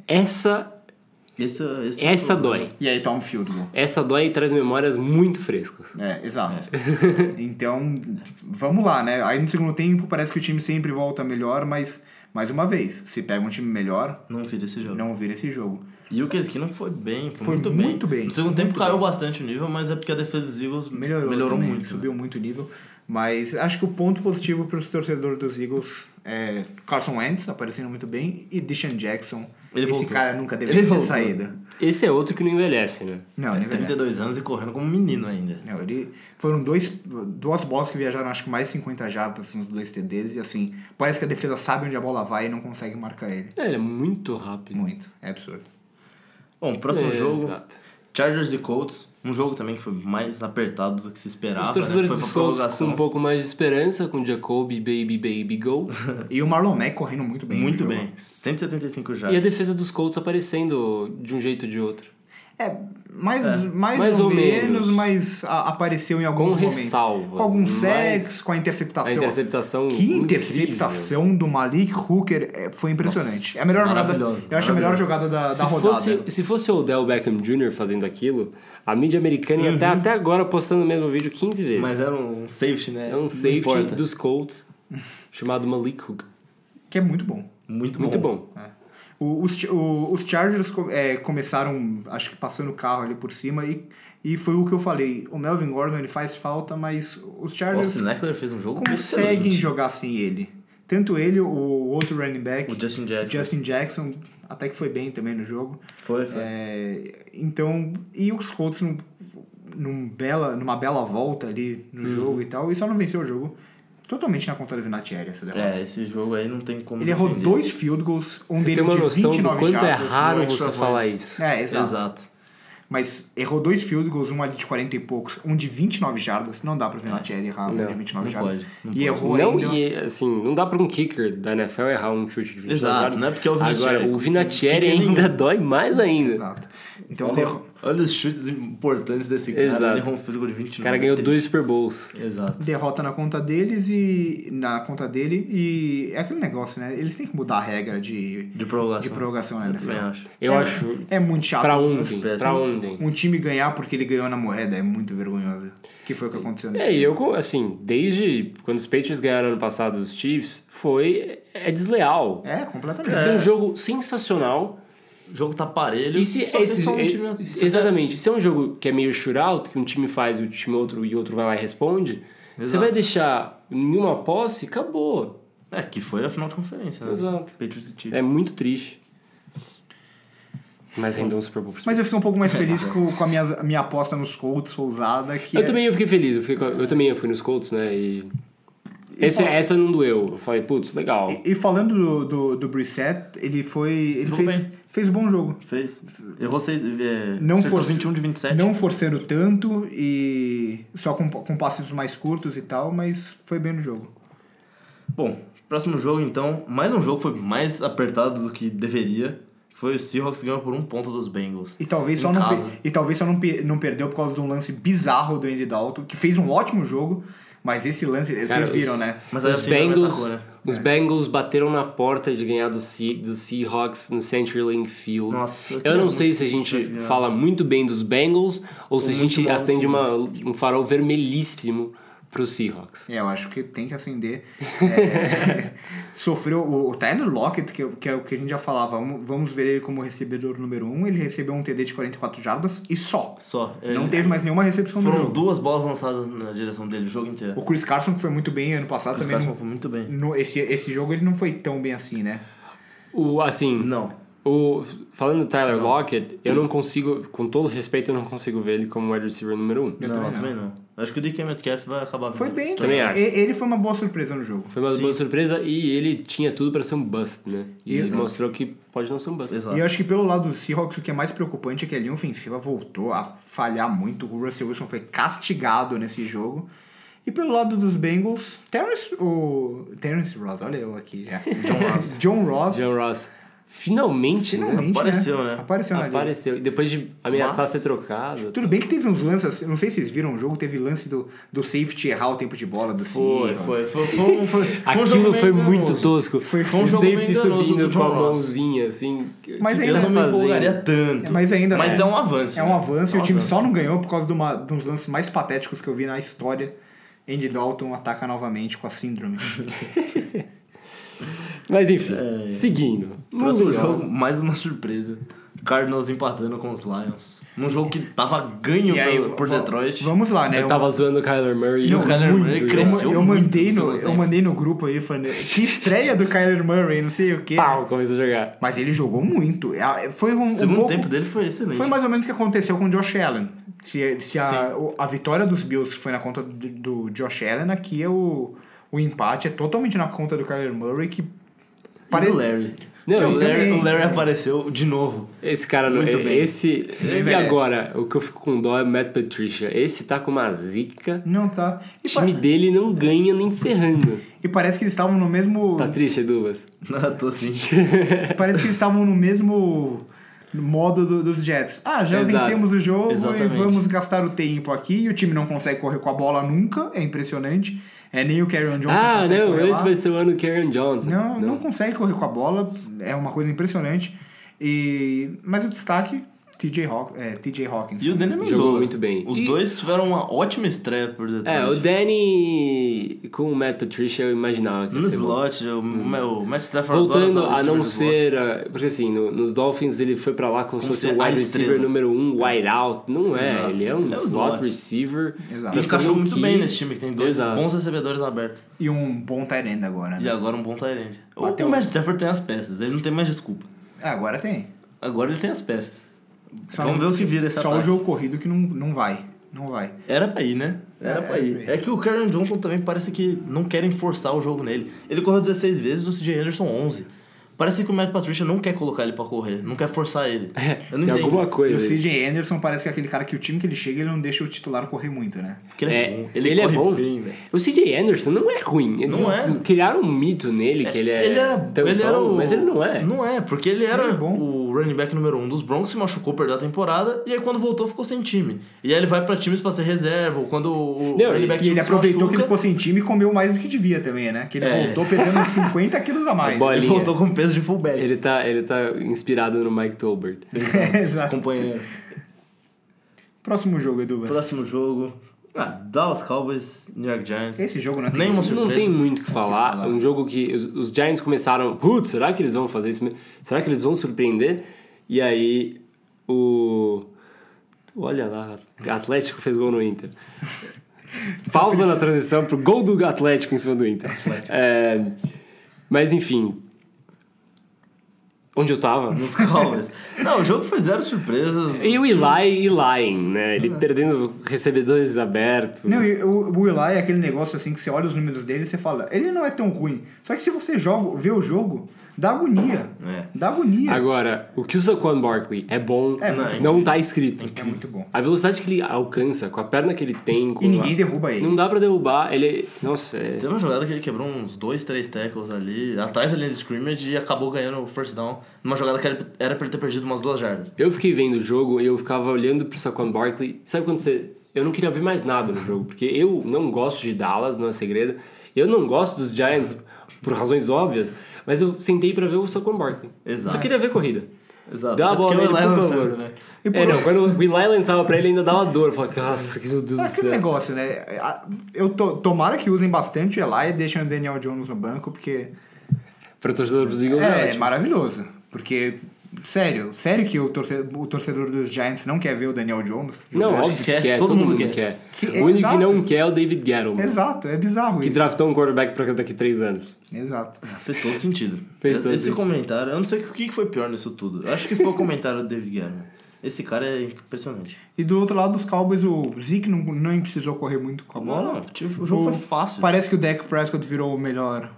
Essa,
Esse, esse
essa dói.
E aí toma um field goal.
Essa dói e traz memórias muito frescas.
É, exato.
É.
Então, vamos lá, né? Aí no segundo tempo parece que o time sempre volta melhor, mas Mais uma vez, se pega um time melhor,
Não vira esse jogo.
não vira esse jogo.
E o Case não foi bem, foi,
Foi
muito bem.
muito bem,
No segundo
muito
tempo caiu
bem.
bastante o nível, mas é porque a defesa dos Eagles
Melhorou, também,
muito. né?
subiu muito o nível. Mas acho que o ponto positivo para os torcedores dos Eagles é Carson Wentz aparecendo muito bem e Deshaun Jackson.
Ele
Esse
voltou.
cara nunca
Ele
deveria ter
voltou.
saído.
Esse é outro que não envelhece, né?
Não,
É,
ele merece.
32 anos e correndo como um menino ainda.
Não, ele foram dois duas bolas que viajaram acho que mais de 50 jardas nos dois TDs e assim, parece que a defesa sabe onde a bola vai e não consegue marcar ele.
É, ele é muito rápido.
Muito, é absurdo.
Bom, próximo
É,
jogo,
Exato.
Chargers e Colts. Um jogo também que foi mais apertado do que se esperava.
Os torcedores
né? Foi
dos
pra
Colts com
prorrogação.
um pouco mais de esperança com Jacoby, Baby, Baby, Go.
E o Marlon Mack correndo muito bem.
Muito
no jogo.
bem. 175 já.
e é a defesa dos Colts aparecendo de um jeito ou de outro.
É, mais, Mais,
Mais
ou,
ou
menos,
menos.
mas a- apareceu em alguns
Com
momentos.
ressalvas,
Com alguns
mas
sacks, com a interceptação.
A interceptação.
Que
incrível.
interceptação do Malik Hooker é, foi impressionante. é a melhor jogada.
maravilhoso,
Eu acho a melhor
maravilhoso.
jogada da, da
Se
rodada.
né?
fosse, se fosse o Odell Beckham Jr. fazendo aquilo, a mídia americana ia
Uhum.
estar até agora postando o mesmo vídeo 15 vezes.
Mas era um safety, né?
é um
Não
safety
importa.
dos Colts chamado Malik Hooker.
Que é muito bom.
Muito,
Muito
bom.
bom.
É. O- os, Ch- o- os Chargers co- é, começaram, acho que passando o carro ali por cima, e, e foi o que eu falei. O Melvin Gordon ele faz falta, mas os Chargers
Austin Eckler fez um jogo
conseguem
excelente.
jogar sem ele. Tanto ele, o outro running back,
O Justin Jackson.
Justin Jackson, até que foi bem também no jogo.
Foi, foi.
É, então, e os Colts num, num bela, numa bela volta ali no
Uhum.
jogo e tal, e só não venceu o jogo totalmente na conta do Vinatieri essa derrota.
É, esse jogo aí não tem como
Ele errou
defender.
dois field goals, um
Você
dele
tem uma
de
noção do
29
quanto é
jardas.
raro
um
você
extra
falar
point.
isso.
É, exato.
Exato.
Mas errou dois field goals, um ali de 40 e poucos, um de 29 jardas. Não dá pro Vinatieri errar um
Não,
de 29
É. não
jardas.
pode, não
e
pode.
errou
Não,
ainda.
e assim, não dá pra um kicker da NFL errar um chute de 20
Exato, não é porque é o Vinatieri.
Agora, o Vinatieri
Kicker é
ainda dói mais ainda.
Exato. Então, ele errou.
Olha, olha os chutes importantes desse cara.
Exato.
Ele errou um field goal de 29.
O cara ganhou dois Super Bowls.
Exato.
derrota na conta deles e na conta dele e é aquele negócio, né? Eles têm que mudar a regra de
De prorrogação.
de prorrogação, né,
Eu
na
também
NFL.
acho.
Eu
É-
acho.
é muito chato.
Pra um. ontem.
Express,
Pra
né?
ontem.
Um time ganhar porque ele ganhou na moeda é muito vergonhoso. Que foi o que aconteceu nesse
É, e eu, co- assim, desde quando os Patriots ganharam ano passado os Chiefs, foi. É desleal.
É, completamente.
Eles têm um jogo sensacional.
O jogo tá parelho.
E se
só que
esse,
só um
e-
time-
se- exatamente, se é um jogo que é meio shootout, que um time faz e o time outro e outro vai lá e responde, você
Exato.
vai deixar nenhuma posse, acabou.
É, que foi a final de conferência, né?
Exato.
Patriots e Chiefs.
É muito triste. Mas rendeu um Super Bowl. pros
Mas eu fiquei um pouco
É.
mais feliz com, com a minha, a minha aposta nos Colts ousada que
Eu
é-
também eu fiquei feliz, eu, fiquei com- eu também eu fui nos Colts, né? E. Esse, essa não doeu. Eu falei, putz, legal.
e, e falando do, do, do Brissett, ele foi ele
Jogou
fez,
bem.
fez um bom jogo.
Fez. Errou seis. É,
Não
acertou
forçou-
21 de 27.
Não forçando tanto e só com, com passes mais curtos e tal, mas foi bem no jogo.
Bom, próximo jogo então. Mais um jogo que foi mais apertado do que deveria. Foi o Seahawks ganhou por um ponto dos Bengals.
E talvez
Em
só, não,
casa.
pe- e talvez só não, pe- não perdeu por causa de um lance bizarro do Andy Dalton, que fez um ótimo jogo, mas esse lance,
Cara,
vocês viram,
os-
né?
Mas aí
os
a Seahawks
Bengals,
atacou, né?
os Bengals bateram na porta de ganhar do, Se- do Seahawks no CenturyLink Field.
Nossa, eu
eu
queria
não
muito
sei se a
que
gente
tivesse ganhado.
fala muito bem dos Bengals ou se a
muito
gente
mal dos
acende uma, um farol vermelhíssimo pro Seahawks.
É, eu acho que tem que acender. É, sofreu o, o Tyler Lockett, que, é o- que é o que a gente já falava, vamos, vamos ver ele como recebedor número um. Ele recebeu um TD de 44 jardas e só.
Só.
não
ele-
teve mais nenhuma recepção no
É. Foram
jogo.
duas bolas lançadas na direção dele o jogo inteiro.
O Chris Carson, que foi muito bem ano passado,
Os
também.
caras
não-
foi muito bem.
no- esse, esse jogo ele não foi tão bem assim, né?
O, assim,
Não.
o, falando do Tyler Lockett, eu não consigo, com todo respeito, eu não consigo ver ele como wide receiver número um.
Eu
não,
também
eu também não. Acho que o DK Metcalf vai acabar
Foi
vindo.
bem,
Também
então.
acho.
E- Ele foi uma boa surpresa no jogo.
Foi uma boa surpresa e ele tinha tudo pra ser um bust, né? E ele
Exato.
mostrou que pode não ser um bust.
Exato.
E eu acho que pelo lado do Seahawks, o que é mais preocupante é que a linha ofensiva voltou a falhar muito. O Russell Wilson foi castigado nesse jogo. E pelo lado dos Bengals, Terrence, o Terrence Ross, olha eu aqui já. John Ross. John Ross.
John Ross finalmente, né?
finalmente,
Apareceu,
né?
né?
Apareceu na liga.
Apareceu. E depois de ameaçar
Mas-
ser trocado.
Tudo bem que teve uns lances, não sei se vocês viram o jogo, teve lance do, do safety errar o tempo de bola do
Foi,
Seahawks.
foi. Foi, foi, foi, um jogo
Aquilo
meio
foi muito
enganoso.
tosco.
Foi-
foi um
o
jogo meio
safety
enganoso
subindo
do
com a
John Ross.
mãozinha, assim. que-
Mas ainda
que
Eu
você
não
tá
me
fazendo?
empolgaria tanto.
Mas ainda
Mas
assim,
é um avanço.
É um avanço e o time
avanço.
só não ganhou por causa de, uma, de uns lances mais patéticos que eu vi na história. Andy Dalton ataca novamente com a síndrome.
Mas enfim,
É.
seguindo.
Próximo
Moving on.
jogo, mais uma surpresa. Cardinals empatando com os Lions. Num jogo que tava ganho
E aí,
pelo- por
v-
Detroit.
Vamos lá, né?
Eu tava zoando o Kyler Murray.
E o Kyler
muito,
Murray
né?
Eu, eu,
cresceu.
eu
muito
mandei
no
no,
segundo
eu
tempo.
mandei no grupo aí falando que estreia do Kyler Murray, não sei o quê.
Pau, começou a jogar.
Mas ele jogou muito. Ah, Foi um, um
O segundo
pouco-
tempo dele né? foi excelente.
Foi mais ou menos o que aconteceu com o Josh Allen. Se, se a, o- a vitória dos Bills foi na conta do, do Josh Allen, aqui é o, o empate é totalmente na conta do Kyler Murray, que
E
pare-
o Larry.
Não,
o,
eu
Larry
também-
o Larry apareceu de novo.
Esse cara não.
Muito
é-
bem.
Esse.
Ele
e
merece.
agora? O que eu fico com dó é o Matt Patricia. Esse tá com uma zica.
Não tá.
O
E, pa-
time dele não ganha nem ferrando.
e parece que eles estavam no mesmo.
Tá triste, Duvas?
Ah, tô assim.
Parece que eles estavam no mesmo modo do- dos Jets. Ah, já
Exato.
vencemos o jogo
Exatamente.
e vamos gastar o tempo aqui. E o time não consegue correr com a bola nunca, é impressionante. É nem o Karen Johnson
Ah,
consegue
não,
correr
esse
lá.
vai ser o ano do Karen Johnson.
Não, não, consegue correr com a bola, é uma coisa impressionante. E mas o destaque TJ Haw- é, TJ Hawkins.
E o Danny Mendoza.
Jogou muito bem.
Os
E-
dois tiveram uma ótima estreia por Detroit.
É, o Danny com o Matt Patricia eu imaginava que ia
No
ser bom.
slot, o, o Matt Stafford
Voltando
adora usar
a
o
não
receiver no
ser.
slot.
ah, Porque assim, no- nos Dolphins ele foi pra lá como se
Como
fosse
ser
o
a
wide receiver
estrela.
número um, wide out. Não é,
Exato.
ele é um
É o
slot
slot.
receiver.
Exato.
pra
Ele
Esse
encaixou
ser um
muito
key.
bem nesse time, que tem dois
Exato.
bons recebedores abertos.
E um bom Tyrande agora, né?
E agora um bom Tyrande. O,
Mas tem
o
um-
Matt Stafford tem as peças, ele não tem mais desculpa.
Ah, Agora tem.
Agora ele tem as peças.
Só um
Vamos ver o que vira essa
Só o
ataque.
jogo corrido que não, não vai. Não vai.
Era pra ir, né? Era
É,
pra
era
ir.
pra ir.
É que o Karen Johnson também parece que não querem forçar o jogo nele. Ele correu 16 vezes, o CJ Anderson 11. Parece que o Matt Patricia não quer colocar ele pra correr, não quer forçar ele. Eu não
É, Tem
entendo.
alguma
E
coisa.
o
aí.
CJ Anderson parece que é aquele cara que o time que ele chega, ele não deixa o titular correr muito, né?
Porque ele é, bom. Ele,
ele é
corre
bom.
bem, velho.
O CJ Anderson não é ruim. Ele-
Não é.
Criaram um mito nele que ele é.
ele era,
tão
ele era
bom,
o,
Mas ele não é.
Não é, porque ele era
Ele é bom.
o running back número um dos Broncos, se machucou, perdeu a temporada, e aí quando voltou ficou sem time. E aí ele vai pra times pra ser reserva, ou quando o
Não,
running
e-
back
E ele
se
aproveitou
machuca,
que ele ficou sem time e comeu mais do que devia também, né? Que ele
É.
voltou pesando uns 50 quilos a mais.
É bolinha.
ele voltou com peso de fullback.
Ele tá, ele tá inspirado no Mike Tolbert.
É,
então.
tá
Exato.
Companheiro.
Próximo jogo, Edu.
Próximo jogo. Ah, Dallas Cowboys, New York Giants.
Esse jogo não tem-
Nenhuma surpresa.
Não tem muito o que falar.
falar.
Um jogo que os, os Giants começaram. Putz, será que eles vão fazer isso mesmo? Será que eles vão surpreender? E aí o. Olha lá, Atlético fez gol no Inter. Pausa na transição pro gol do Atlético em cima do Inter. É, mas enfim. Onde eu tava?
Nos Cowboys. não, o jogo foi zero surpresas.
E o Eli, Eli, né? Ele perdendo recebedores abertos.
Não, e o, o Eli é aquele negócio assim que você olha os números dele e você fala, ele não é tão ruim. Só que se você joga, vê o jogo, dá agonia.
É.
Dá agonia.
Agora, o que o Saquon Barkley é bom,
É,
não,
não,
tá escrito.
É muito bom.
A velocidade que ele alcança, com a perna que ele tem... Com
E ninguém
a-
derruba ele.
Não dá pra derrubar, ele... Nossa, é...
Teve uma jogada que ele quebrou uns dois, três tackles ali, atrás da linha de scrimmage e acabou ganhando o first down. Numa jogada que era- era pra ele ter perdido umas duas jardas.
Eu fiquei vendo o jogo e eu ficava olhando pro Saquon Barkley. Sabe quando você... Eu não queria ver mais nada no jogo, porque eu não gosto de Dallas, não é segredo. Eu não gosto dos Giants, por razões óbvias, mas eu sentei pra ver o Saquon Barkley.
Exato.
Só queria ver corrida.
Exato.
Dá a
Até
bola
porque
nele,
o Eli
por
lançando,
favor.
né?
E
É,
por-
não, quando o Eli lançava pra ele ainda dava dor. Eu falava, nossa, que meu Deus
É
do
aquele
céu.
negócio, né? A- Eu to, tomara que usem bastante o Eli e deixem o Daniel Jones no banco, porque
Pra torcedor dos Eagles é
é,
ótimo.
maravilhoso. Porque, sério, sério que o torcedor, o torcedor dos Giants não quer ver o Daniel Jones?
Não,
Acho
óbvio que
que quer,
quer, todo, mundo quer.
Que-
o único
exato.
que não quer é o David Guerrero,
Exato, é bizarro
que
isso.
draftou um quarterback pra daqui três anos.
Exato.
Fez todo sentido.
Fez todo
Esse
sentido.
comentário, eu não sei o que que foi pior nisso tudo. Eu acho que foi o comentário do David Guerra. Esse cara é impressionante.
E do outro lado dos Cowboys, o Zeke não, não precisou correr muito com a bola.
Não, não, tipo, o jogo
O-
foi fácil.
Parece que o Dak Prescott virou o melhor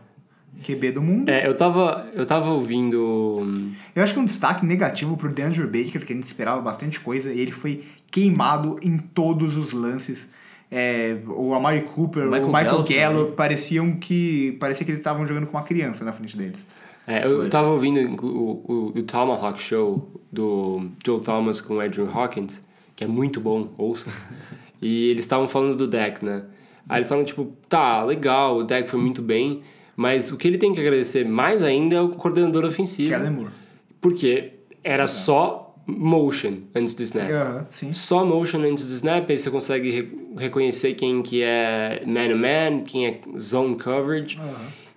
QB do mundo.
É, eu tava, eu tava ouvindo... hum,
Eu acho que um destaque negativo pro DeAndre Baker, que a gente esperava bastante coisa, e ele foi queimado em todos os lances. É, o Amari Cooper,
Michael
o Michael
Gallup
Gallup,
também.
pareciam que parecia que eles estavam jogando com uma criança na frente deles.
é, eu tava ouvindo inclu- o, o, o Tomahawk Show do Joe Thomas com o Andrew Hawkins, que é muito bom, ouça. e eles estavam falando do deck, né? Aí eles estavam tipo, tá, legal, o deck foi muito bem, mas o que ele tem que agradecer mais ainda é o coordenador ofensivo.
Kellen Moore.
Porque era só motion antes do snap.
É. Aham, sim.
Só motion antes do snap, aí você consegue re- reconhecer quem que é man-to-man, quem é zone coverage.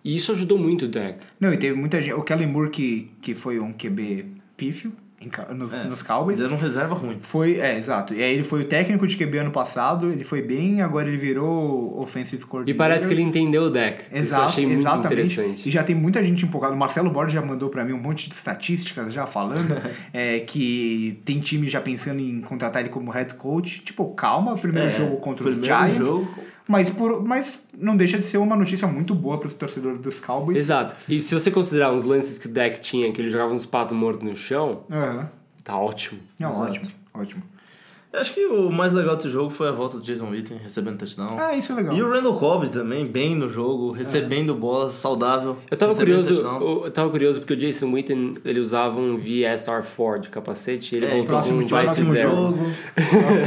E isso ajudou muito o Dak.
Não, e teve muita gente. O Kellen Moore, que, que foi um QB pífio em ca- nos,
É.
nos
Mas
Cowboys.
era um reserva ruim.
Foi, é, exato. E aí ele foi o técnico de QB ano passado, ele foi bem, agora ele virou offensive
E
coordinator.
parece que ele entendeu o Dak. isso eu
Exato,
achei muito
exatamente.
interessante.
E já tem muita gente empolgada. O Marcelo Borges já mandou pra mim um monte de estatísticas já falando é, que tem time já pensando em contratar ele como head coach. Tipo, calma, primeiro
É,
jogo contra os
primeiro
Giants.
jogo.
Mas, por, mas não deixa de ser uma notícia muito boa pros torcedores dos Cowboys.
Exato. E se você considerar uns lances que o Dak tinha, que ele jogava uns patos mortos no chão,
Aham.
tá ótimo.
Não,
Exato.
ótimo, ótimo.
Eu acho que o mais legal desse jogo foi a volta do Jason Witten recebendo touchdown.
Ah, isso é legal.
E o Randall Cobb também, bem no jogo, recebendo bola, saudável.
Eu tava
recebendo
curioso,
touchdown.
eu tava curioso porque o Jason Witten, ele usava um VSR4 de capacete e ele
É,
voltou com
próximo
um
de- próximo
Vice
Próximo
Zero.
jogo.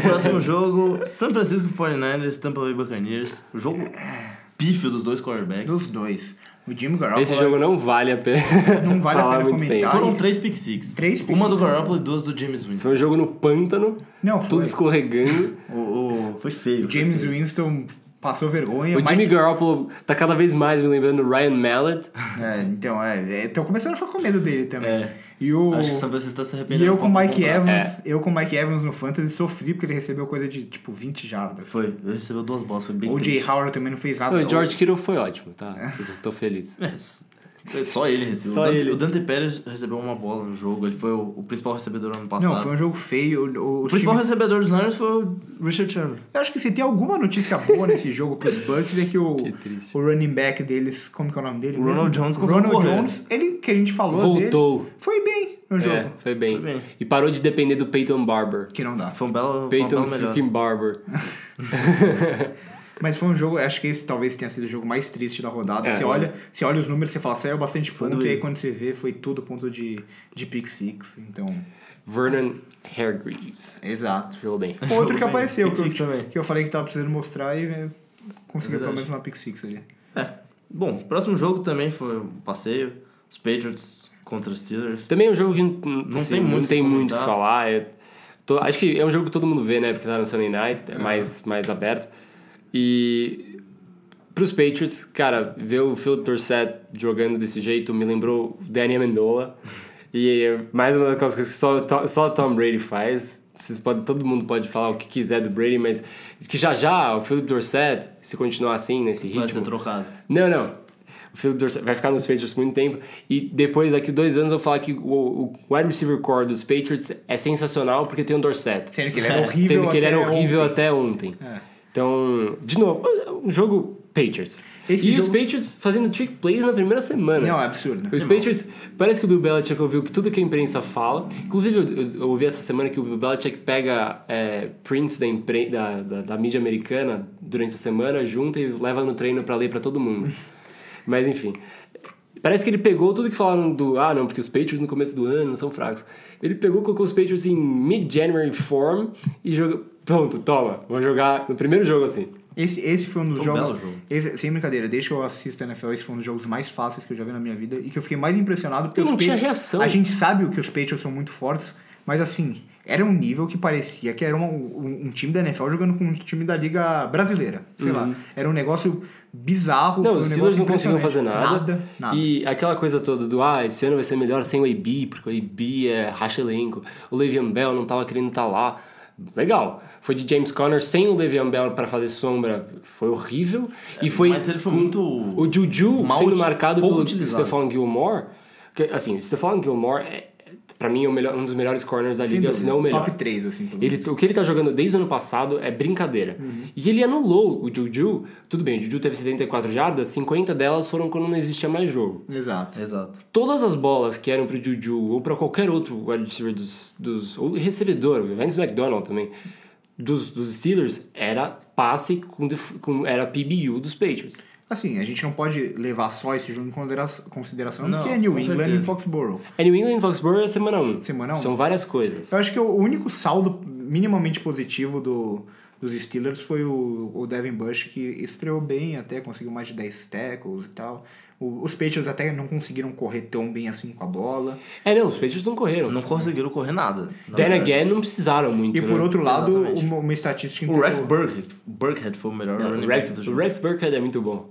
próximo jogo. São Francisco 49ers, Tampa Bay Buccaneers. O jogo
É.
pífio dos dois quarterbacks.
Dos dois. O Jim Garoppolo.
Esse jogo é não vale a pena
Não vale a
falar
pena
muito
comentar.
tempo.
Ai.
Foram três pick six.
Três pick
Uma do
six.
Garoppolo e duas do James Winston.
Foi um jogo no pântano,
Não, foi.
tudo escorregando.
O, o,
Foi feio.
o James Winston passou vergonha.
o
Mike-
Jimmy Garoppolo tá cada vez mais me lembrando do Ryan Mallett.
É, então, é. Estão começando a ficar com medo dele também.
É.
E o.
Acho que São Francisco tá se arrependendo.
E eu com o
o
Mike
contrato.
é.
Evans, eu com o Mike Evans no Fantasy sofri porque ele recebeu coisa de tipo 20 jardas.
Foi, ele recebeu duas bolas, foi bem
O Jay
triste.
Howard também não fez nada.
O George Kittle foi ótimo, tá? Tô feliz.
É, Só ele recebeu.
Só
o, Dante,
ele.
o Dante Pérez recebeu uma bola no jogo, ele foi o, o principal recebedor ano passado.
Não, foi um jogo feio. O, o,
O
os
principal
times-
recebedor dos Niners foi o Richard Sherman.
Eu acho que se tem alguma notícia boa nesse jogo pros Bucks é que o,
Que triste.
o running back deles, como que é o nome dele?
O Ronald
mesmo?
Jones conseguiu
Ronald
correr.
Jones, ele que a gente falou
Voltou.
dele, foi bem no jogo.
É, foi bem.
Foi bem.
E parou de depender do Peyton Barber.
Que não dá.
Foi um belo, foi uma
Peyton
bela melhor.
freaking Barber.
Mas foi um jogo, acho que esse talvez tenha sido o jogo mais triste da rodada.
É.
você, olha, você olha os números, você fala, saiu bastante ponto, e
doído.
aí quando você vê, foi tudo ponto de, de pick six. Então,
Vernon Hargreaves.
exato.
Jogou bem.
Outro que
bem.
apareceu,
Pick
que eu,
six também.
que eu falei que tava precisando mostrar e é, conseguiu
É verdade.
pelo menos uma pick six ali.
É. Bom, próximo jogo também foi um passeio. Os Patriots contra os Steelers.
Também é um jogo que não, assim,
tem
não
muito o que
tem muito o que
comentar.
falar. É- tô- acho que é um jogo que todo mundo vê, né? Porque tá no Sunday Night, é mais, mais aberto. E pros Patriots, cara, ver o Philip Dorsett jogando desse jeito me lembrou o Danny Amendola. E é mais uma daquelas coisas que só, to- só Tom Brady faz. Vocês podem, todo mundo pode falar o que quiser do Brady, mas que já já o Philip Dorsett, se continuar assim, nesse
Vai
ritmo,
ser trocado.
não, não. O Philip Dorsett vai ficar nos Patriots muito tempo. E depois, daqui dois anos, eu vou falar que o, o wide receiver core dos Patriots é sensacional porque tem o Dorsett.
Sendo que ele era horrível.
Sendo que ele era
até
horrível
ontem. É.
até ontem. Então, de novo, um jogo Patriots.
Esse
e os
jogo-
Patriots fazendo trick plays na primeira semana.
Não, é absurdo.
Os Patriots, parece que o Bill Belichick ouviu que tudo que a imprensa fala. Inclusive, eu, eu- eu ouvi essa semana que o Bill Belichick pega é, prints da, impren da, da, da mídia americana durante a semana, junta e leva no treino pra ler pra todo mundo. Mas enfim. Parece que ele pegou tudo que falaram do. Ah, não, porque os Patriots no começo do ano são fracos. Ele pegou, colocou os Patriots em mid-January form e jogou. Pronto, toma, vou jogar no primeiro jogo assim.
Esse, esse foi um dos
Foi um
jogos.
belo jogo.
esse- sem brincadeira, desde que eu assisto a NFL, esse foi um dos jogos mais fáceis que eu já vi na minha vida e que eu fiquei mais impressionado porque
Eu
os
não tinha
Patri-
reação.
A gente sabe o que os Patriots são muito fortes, mas assim, era um nível que parecia que era uma- um, um time da NFL jogando com um time da Liga Brasileira. Sei lá. Era um negócio bizarro.
Uhum. Não,
foi um
os Steelers
negócio
não conseguiam
impressionante.
fazer nada.
Nada, nada.
E aquela coisa toda do, ah, esse ano vai ser melhor sem o AB, porque o AB é racha elenco. O Le'Veon Bell não tava querendo estar lá. Legal. Foi de James Conner sem o Le'Veon Bell para fazer sombra. Foi horrível. e foi
É, Mas ele foi
com
muito.
o Juju
mal
sendo
ut-
marcado
pouco
pelo
utilizado.
Stephon Gilmore. Que, assim, o Stephon Gilmore, é, pra mim, é o melhor- um dos melhores corners da
Sem
liga, se
dúvida.
não o melhor.
Top 3, assim, pelo menos.
Ele, o que ele tá jogando desde o ano passado é brincadeira.
Uhum.
E ele anulou o Juju. Tudo bem, o Juju teve 74 jardas, 50 delas foram quando não existia mais jogo.
Exato.
Exato.
Todas as bolas que eram pro Juju ou pra qualquer outro wide receiver dos, dos ou recebedor, o Vance McDonald também, dos, dos Steelers, era passe com, def- com- era PBU dos Patriots.
Assim, a gente não pode levar só esse jogo em condera- consideração,
Não,
porque é New
com
England e
certeza.
Foxborough.
É New England e Foxborough é semana 1.
Semana um.
São várias coisas.
Eu acho que o único saldo minimamente positivo do, dos Steelers foi o, o Devin Bush, que estreou bem até, conseguiu mais de 10 tackles e tal. O- os Patriots até não conseguiram correr tão bem assim com a bola.
É, não, os Patriots não correram.
Não conseguiram correr nada. na
Then
verdade.
again, não precisaram muito.
E por
né?
outro lado,
Exatamente.
uma, uma estatística...
O Rex
inter-
Burkhead, Burkhead foi É o melhor
Não,
running
o
back
Rex,
do
o
jogo.
Rex Burkhead é muito bom.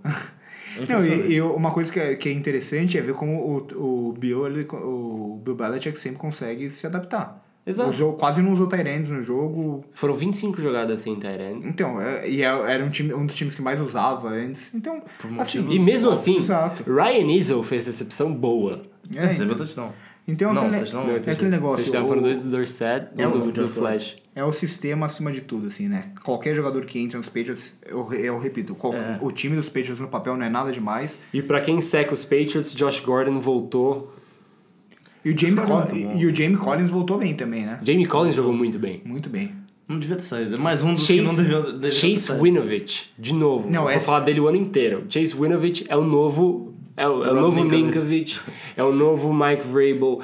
Não, e, e uma coisa que é, que é interessante é ver como o, o, Bill, ele, o Bill Belichick sempre consegue se adaptar.
Exato.
O jogo, quase não usou Tyrands no jogo.
Foram 25 jogadas sem Tyrant.
Então, é- e é- era um, time, um dos times que mais usava antes. Então, assim,
E mesmo assim,
Exato.
Ryan Easel fez recepção boa.
é,
Você viu
então,
touchdown?
então é
Não,
aquele-
touchdown
Não,
é aquele negócio.
Touchdown
o-
foram dois do Dorset e
É
um
o-
do, do Flash.
É o sistema acima de tudo, assim, né? Qualquer jogador que entra nos Patriots, eu, eu repito, qual-
É.
o time dos Patriots no papel não é nada demais.
E pra quem seca os Patriots, Josh Gordon voltou.
E o Jamie,
Foi
Col-
muito bom.
e o Jamie Collins voltou bem também, né?
Jamie Collins jogou muito bem.
Muito bem.
Não devia ter saído. Mais um dos que não
Chase,
devia, devia ter
Chase
saído.
Winovich, de novo.
Não,
Vou
essa-
falar dele o ano inteiro. Chase Winovich é o novo. É o, é o
Rob
novo
Ninkovich.
Ninkovich, é o novo Mike Vrabel.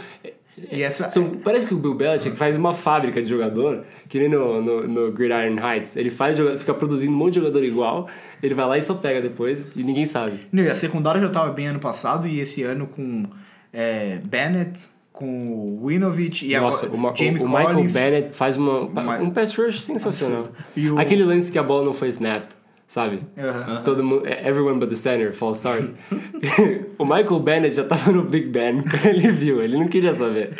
E essa.
São- parece que o Bill Belichick faz uma fábrica de jogador, que nem no, no, no Gridiron Heights. Ele faz, joga- fica produzindo um monte de jogador igual, ele vai lá e só pega depois e ninguém sabe.
Não, e a secundária já estava bem ano passado e esse ano com é, Bennett, com o Winovich e
Nossa,
agora
uma- o,
Jamie
o
Collins.
Michael Bennett faz uma,
Ma-
um pass rush sensacional.
E o-
Aquele lance que a bola não foi snapped, sabe?
Aham.
Todo mundo, everyone but the center, false start. o Michael Bennett já tava no Big Ben, ele viu, ele não queria saber.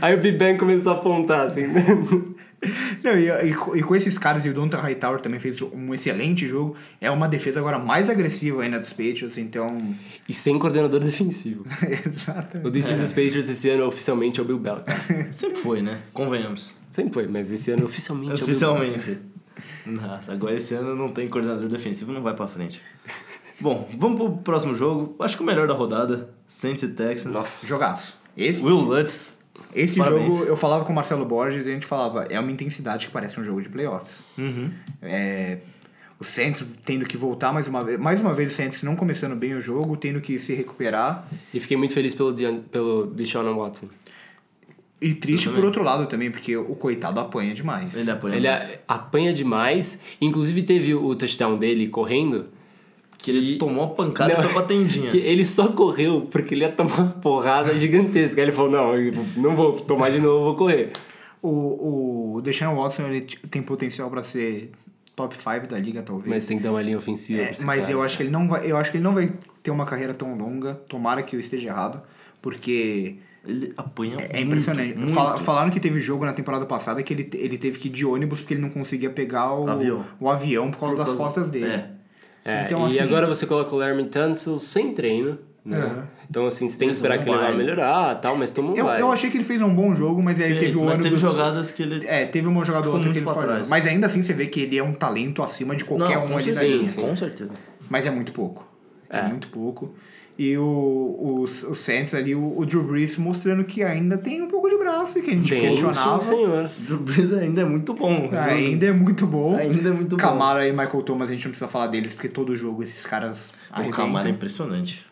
Aí o Big Ben começou a apontar assim.
Não, e, e co- e com esses caras, e o Donta Hightower também fez um excelente jogo. É uma defesa agora mais agressiva ainda dos Patriots, então.
e sem coordenador defensivo.
Exatamente.
O DC dos Patriots esse ano oficialmente é o Bill Belichick.
Sempre foi, né? Convenhamos.
Sempre foi, mas esse ano oficialmente, é o Bill Belichick.
Oficialmente. Nossa, agora esse ano não tem coordenador defensivo, não vai pra frente. Bom, vamos pro próximo jogo. Acho que o melhor da rodada. Saints e Texans.
Jogaço. Esse,
Will Lutz.
esse
Parabéns.
jogo, eu falava com o Marcelo Borges e a gente falava, é uma intensidade que parece um jogo de playoffs. É, o Saints tendo que voltar mais uma vez. Mais uma vez o Saints não começando bem o jogo, tendo que se recuperar.
E fiquei muito feliz pelo, Deon- pelo Deshaun Watson.
E triste por outro lado também, porque o coitado apanha demais.
Ele apanha.
Ele
muito.
a- apanha demais. Inclusive teve o touchdown dele correndo.
Que ele tomou a pancada
Não,
e foi pra tendinha.
que ele só correu porque ele ia tomar uma porrada gigantesca. Aí ele falou, não, eu não vou tomar de novo, eu vou correr.
O, o Deshaun Watson ele t- tem potencial pra ser top 5 da liga, talvez.
Mas tem que dar uma linha ofensiva. pra
É,
esse
mas
cara.
eu acho que ele não vai, eu acho que ele não vai ter uma carreira tão longa. Tomara que eu esteja errado, porque
Ele apanha muito.
é impressionante.
muito.
Fala- falaram que teve jogo na temporada passada que ele, te- ele teve que ir de ônibus porque ele não conseguia pegar o
Avião.
o avião por causa
Por
das
causa-
costas dele.
É.
É,
Então,
e
assim-
agora você coloca o Larry Tunsil sem treino. Né?
Aham.
Então, assim, você tem que esperar
Mas
que
não
ele vai
vai.
melhorar tal, mas toma um
Eu,
vai.
eu achei que ele fez um bom jogo, mas aí
Fez,
teve o
mas
ano
teve
dos-
jogadas que ele.
É, teve uma jogada ou
Ficou
outra que
muito
ele
pra
falhou.
trás.
Mas ainda assim você vê que ele é um talento acima de qualquer
não,
um
com
ali da
certeza.
linha.
sim.
com certeza.
Mas é muito pouco. É, muito pouco. E o, o, o Saints ali, o, o Drew Brees mostrando que ainda tem um pouco de braço, que a gente
Tem, um sim,
questionava.
senhor.
Drew Brees ainda é muito bom.
Ainda é muito bom.
Ainda é muito bom.
Camara e Michael Thomas, a gente não precisa falar deles, porque todo jogo esses caras
O
arrebentam.
Camara é impressionante.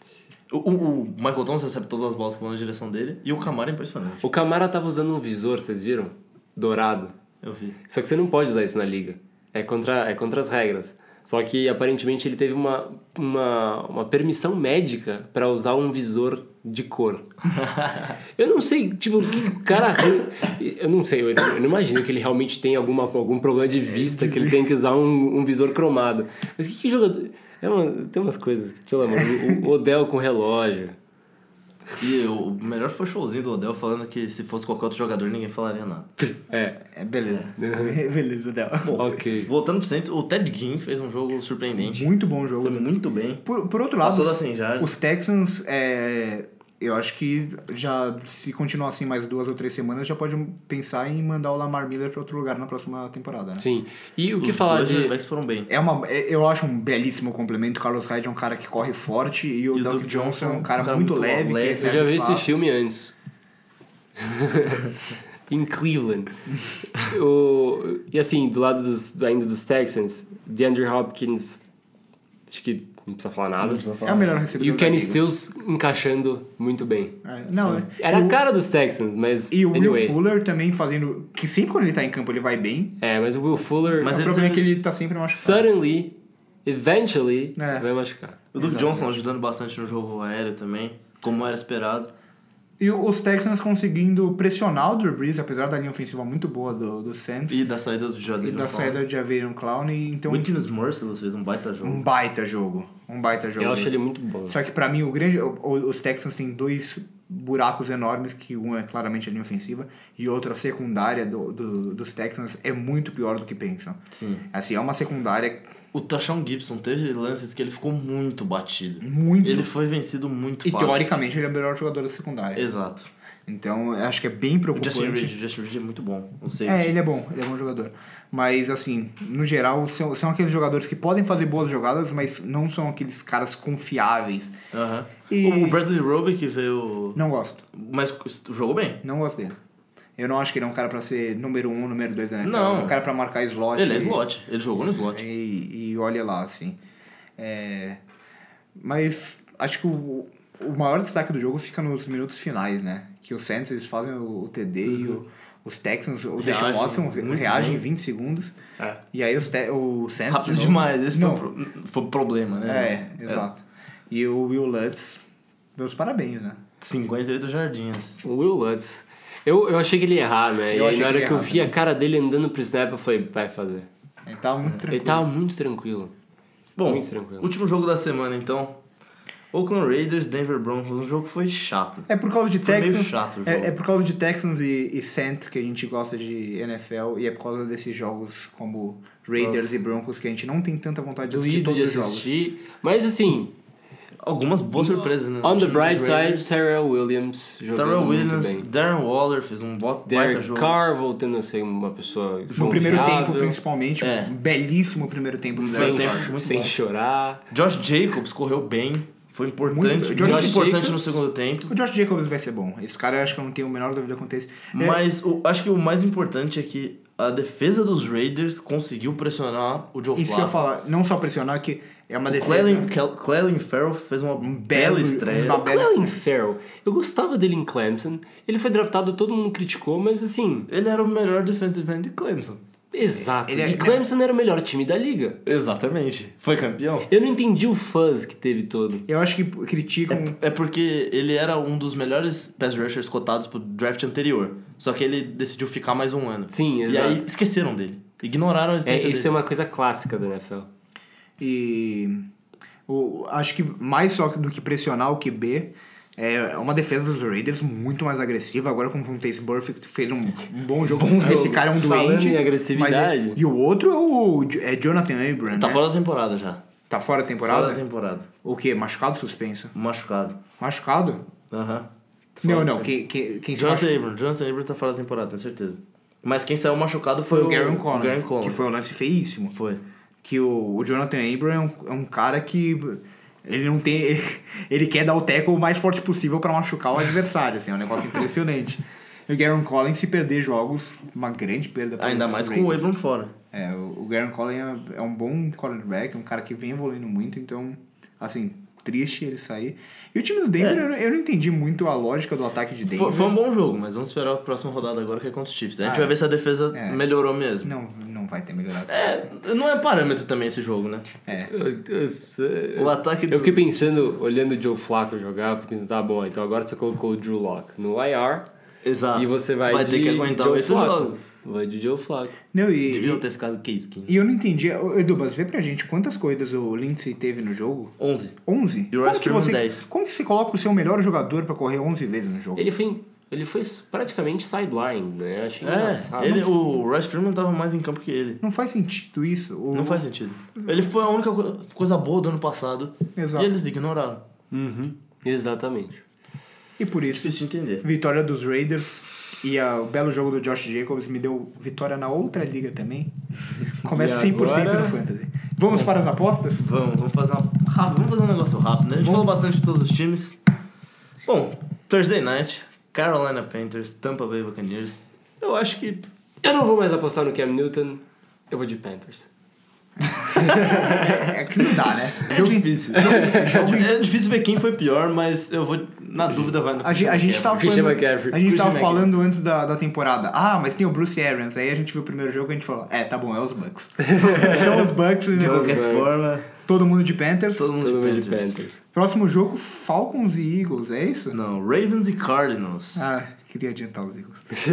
O, o- o Michael Thomas recebe todas as bolas que vão na direção dele. E o Camara é impressionante.
O Camara tava usando um visor, vocês viram? Dourado.
Eu vi.
Só que você não pode usar isso na liga. É contra, é contra as regras. Só que aparentemente ele teve uma, uma, uma permissão médica pra usar um visor de cor. eu não sei, tipo, o que o cara. re- Eu não sei, eu não eu não imagino que ele realmente tem alguma, algum problema de vista, que ele tem que usar um, um visor cromado. Mas que, que jogador. É uma- tem umas coisas, que, pelo amor, o, o Odell com relógio.
E o o melhor foi o showzinho do Odell falando que se fosse qualquer outro jogador ninguém falaria nada.
É,
É, beleza. beleza, Del.
ok.
Voltando pro Saints, o Ted Ginn fez um jogo surpreendente.
Muito bom jogo. né?
Foi muito bem.
Por, por outro lado,
Passou
os-
das 100 jardas.
os Texans, é, eu acho que já, se continuar assim mais duas ou três semanas, já pode pensar em mandar o Lamar Miller para outro lugar na próxima temporada, né?
Sim. E o que
Os
falar
dois
de.
running backs foram bem.
É uma, é- eu acho um belíssimo complemento. O Carlos Hyde é um cara que corre forte e o
E o
Doug
Doug
Johnson é um
Johnson,
cara, muito, leve. que
leve.
Eu
recebe
já vi esse
passes.
filme antes. em Cleveland. o, e assim, do lado dos, ainda dos Texans, DeAndre Hopkins, acho que não precisa falar nada.
É o melhor recebedor.
E o
da
Kenny
liga.
Stills encaixando muito bem.
É, não, é.
Era
E o-
a cara dos Texans, mas
E o Will
anyway.
Fuller também fazendo. Que sempre quando ele tá em campo ele vai bem.
É, mas o Will Fuller
Mas
o
ele
problema é
teve-
que ele tá sempre machucado.
suddenly, eventually,
É.
vai machucar.
O Duke Johnson ajudando bastante no jogo aéreo também, como era esperado.
E os Texans conseguindo pressionar o Drew Brees, apesar da linha ofensiva muito boa do, do Saints.
E da saída do Jadeiro.
E da saída de Averion Clown. E, então,
Wilkins Merciless fez um baita
um
jogo.
baita jogo. Um baita jogo.
Eu acho ele muito bom.
Só que pra mim, o grande, o- o- os Texans têm dois buracos enormes, que um é claramente a linha ofensiva e outro a secundária do, do- dos Texans é muito pior do que pensam.
Sim.
Assim, é uma secundária
O Tashon Gibson teve lances que ele ficou muito batido.
muito...
Ele foi vencido muito
e
fácil.
teoricamente ele é o melhor jogador da secundária.
Exato.
Então, eu acho que é bem
O
preocupante.
Justin Reed, o Justin Reed é muito bom. Não sei.
É, ele é bom, ele é bom jogador. Mas, assim, no geral, são, são aqueles jogadores que podem fazer boas jogadas, mas não são aqueles caras confiáveis.
Aham.
E-
O Bradley Roby que veio.
Não gosto,
Mas jogou bem.
não gosto dele. Eu não acho que ele é um cara pra ser número um, número dois da NFL.
Não.
É um cara pra marcar slot. É,
Ele é
e-
slot. Ele jogou no slot.
E, e olha lá, assim. É, Mas acho que o, o maior destaque do jogo fica nos minutos finais, né? Que os Saints eles fazem o, o TD e o- os Texans, o Deshaun Watson re-
Uhum. muito
reagem
bem.
em 20 segundos.
É.
E aí os te, o Saints... de
Rápido
novo-
demais. Esse foi
é Não,
o, pro- foi o problema, né?
É, exato. E o Will Lutz, meus parabéns, né?
58 jardins.
O Will Lutz. Eu, eu achei que ele ia errar, né?
Eu
e aí,
achei
na
que
hora
ele
que eu
ia errar
vi a cara dele andando pro snap, eu falei, vai fazer.
Ele tava muito tranquilo.
Ele tava muito tranquilo.
Bom,
Muito tranquilo.
último jogo da semana então. Oakland Raiders, Denver Broncos. Um jogo que foi chato.
É por causa de
Foi meio
Texans.
chato o jogo.
é, é por causa de Texans e, e Saints que a gente gosta de NFL e é por causa desses jogos como Raiders
Nossa.
e Broncos que a gente não tem tanta vontade de assistir
Doído
todos
de
os jogos.
assistir. Mas assim,
Algumas boas surpresas, né?
on
no
the
time dos
bright side,
Raiders.
Terrell Williams jogando
Terrell
muito
Williams,
bem.
Darren Waller fez um bo- baita
Derek
jogo.
Carr voltando a ser uma pessoa
No primeiro tempo,
confiável,
principalmente,
É.
um belíssimo primeiro tempo do
sem,
Derek
tempo,
Carr.
muito
sem
bom.
chorar.
Josh Jacobs correu bem. Foi importante.
Muito-
Muito,
Josh
importante no
Jacobs?
segundo tempo.
O Josh Jacobs vai ser bom. Esse cara eu acho que eu não tenho a menor dúvida quanto a esse. É,
Mas o- acho que o mais importante é que a defesa dos Raiders conseguiu pressionar o Joe
isso que eu ia
Flacco.
falar, não só pressionar, que é uma
O
defesa. Um
Clelin, Kel- Clelin Farrell fez uma bela
belo-
estreia.
uma
O
bela-
Clelin Farrell, eu gostava dele em Clemson. Ele foi draftado, todo mundo criticou, mas assim,
Ele era o melhor defensive end de Clemson.
exato.
Ele é-
e Clemson era o melhor time da liga.
Exatamente. Foi campeão.
Eu não entendi o fuzz que teve todo.
Eu acho que criticam.
É porque ele era um dos melhores pass rushers cotados pro draft anterior. Só que ele decidiu ficar mais um ano.
Sim,
E
exato.
aí esqueceram dele. Ignoraram
É,
a existência
isso é
dele.
uma coisa clássica do NFL.
E o, acho que mais só do que pressionar o QB é uma defesa dos Raiders muito mais agressiva. Agora com o Tace Perfect fez um, um bom jogo. Esse cara é um
Falando
doente.
em
mas é-
agressividade.
e o outro é o Jo- é Jonathan Abram.
Tá
né?
fora da temporada já.
Tá fora da
Fora
temporada?
da temporada.
O quê? Machucado ou suspenso?
Machucado.
Machucado?
Aham.
Não, não. Quem, quem, quem se
Jonathan
machu-
Abram. Jonathan Abram tá fora da temporada, tenho certeza. Mas quem saiu machucado foi,
foi o Garen Conner,
Garen Conner.
que foi um lance feíssimo.
Foi.
que o, o Jonathan Abram é um, é um cara que ele não tem ele, quer dar o teco o mais forte possível pra machucar o adversário assim é um negócio impressionante e o Garen Collins se perder jogos uma grande perda pra
Ainda mais com o Abram fora.
é o, o Garen Collins é, é um bom cornerback é um cara que vem evoluindo muito então assim triste ele sair e o time do
É.
Denver eu, não- eu não entendi muito a lógica do ataque de Denver
Foi, foi um bom jogo, mas vamos esperar a próxima rodada agora que é contra os Chiefs. A gente
Ah,
vai ver se a defesa
é.
melhorou mesmo.
não não vai ter melhorado
É, não é parâmetro também esse jogo, né?
é
O ataque
Eu fiquei pensando, olhando o Joe Flacco jogar, eu fiquei pensando, tá bom, então agora você colocou o Drew Lock no IR
Exato.
e você vai,
Ah, vai
de
ter que aguentar
Joe
oito
Flacco.
jogos.
Vai de Joe Flacco.
não e
Deviam ter ficado case 15.
e eu não entendi Ô, Edu mas vê pra gente quantas corridas o Lindsay teve no jogo
11.
11?
E o
como
Royce
que
Freeman,
você,
10.
Como que você coloca o seu melhor jogador pra correr 11 vezes no jogo?
Ele foi, ele foi praticamente sideline, né? Eu Achei engraçado.
É, ele,
Não-
o Royce Freeman tava mais em campo que ele.
Não faz sentido isso. O-
Não faz sentido. Ele foi a única co- coisa boa do ano passado.
Uhum. Exato.
E eles ignoraram. É
Uhum, exatamente.
E por isso,
Difícil de entender.
vitória dos Raiders e ah, o belo jogo do Josh Jacobs me deu vitória na outra liga também. Começa
E
100%
agora-
no Fantasy. Vamos para as apostas?
Vamos, vamos fazer uma. rápido, vamos fazer um negócio rápido, né? A gente falou bastante de todos os times. Bom, Thursday night, Carolina Panthers, Tampa Bay Buccaneers. Eu acho que.
Eu não vou mais apostar no Cam Newton, eu vou de Panthers.
É que não dá, né?
É difícil. é difícil ver quem foi pior, mas eu vou. Na dúvida, vai no
A, gente- a gente tá
Christian
tava
Christian
falando,
McCaffrey.
a gente
Christian
tava
McCaffrey.
falando antes da, da temporada. Ah, mas tem o Bruce Arians. Aí a gente viu o primeiro jogo e a gente falou: É, tá bom, é os Bucks. São os Bucks, mas de
São os
qualquer
Bucks.
forma.
McCaffrey.
Todo mundo de Panthers.
Todo mundo
Todo mundo
de
de
Panthers.
Panthers.
Próximo jogo, Falcons e Eagles, é isso?
Não, Ravens e Cardinals.
Ah, queria adiantar os Eagles.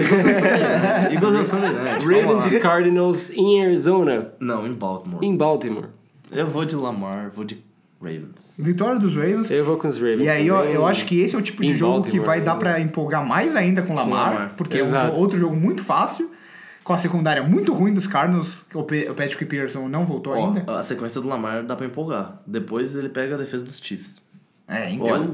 Eagles é o Sunday Night.
Ravens
vamos lá.
e Cardinals em Arizona,
Não, em Baltimore.
em Baltimore.
Eu vou de Lamar, vou de Ravens.
Vitória dos Ravens.
Eu vou com os Ravens.
E aí eu,
também.
eu acho que esse é o tipo de
Em
jogo que
Baltimore,
vai dar
né?
pra empolgar mais ainda com o Lamar,
Lamar,
porque é um
exato.
jo- outro jogo muito fácil, com a secundária muito ruim dos Cardinals, que o Pe- o Patrick Peterson não voltou
Ó,
ainda.
a sequência do Lamar dá pra empolgar. Depois ele pega a defesa dos Chiefs.
É,
Olha.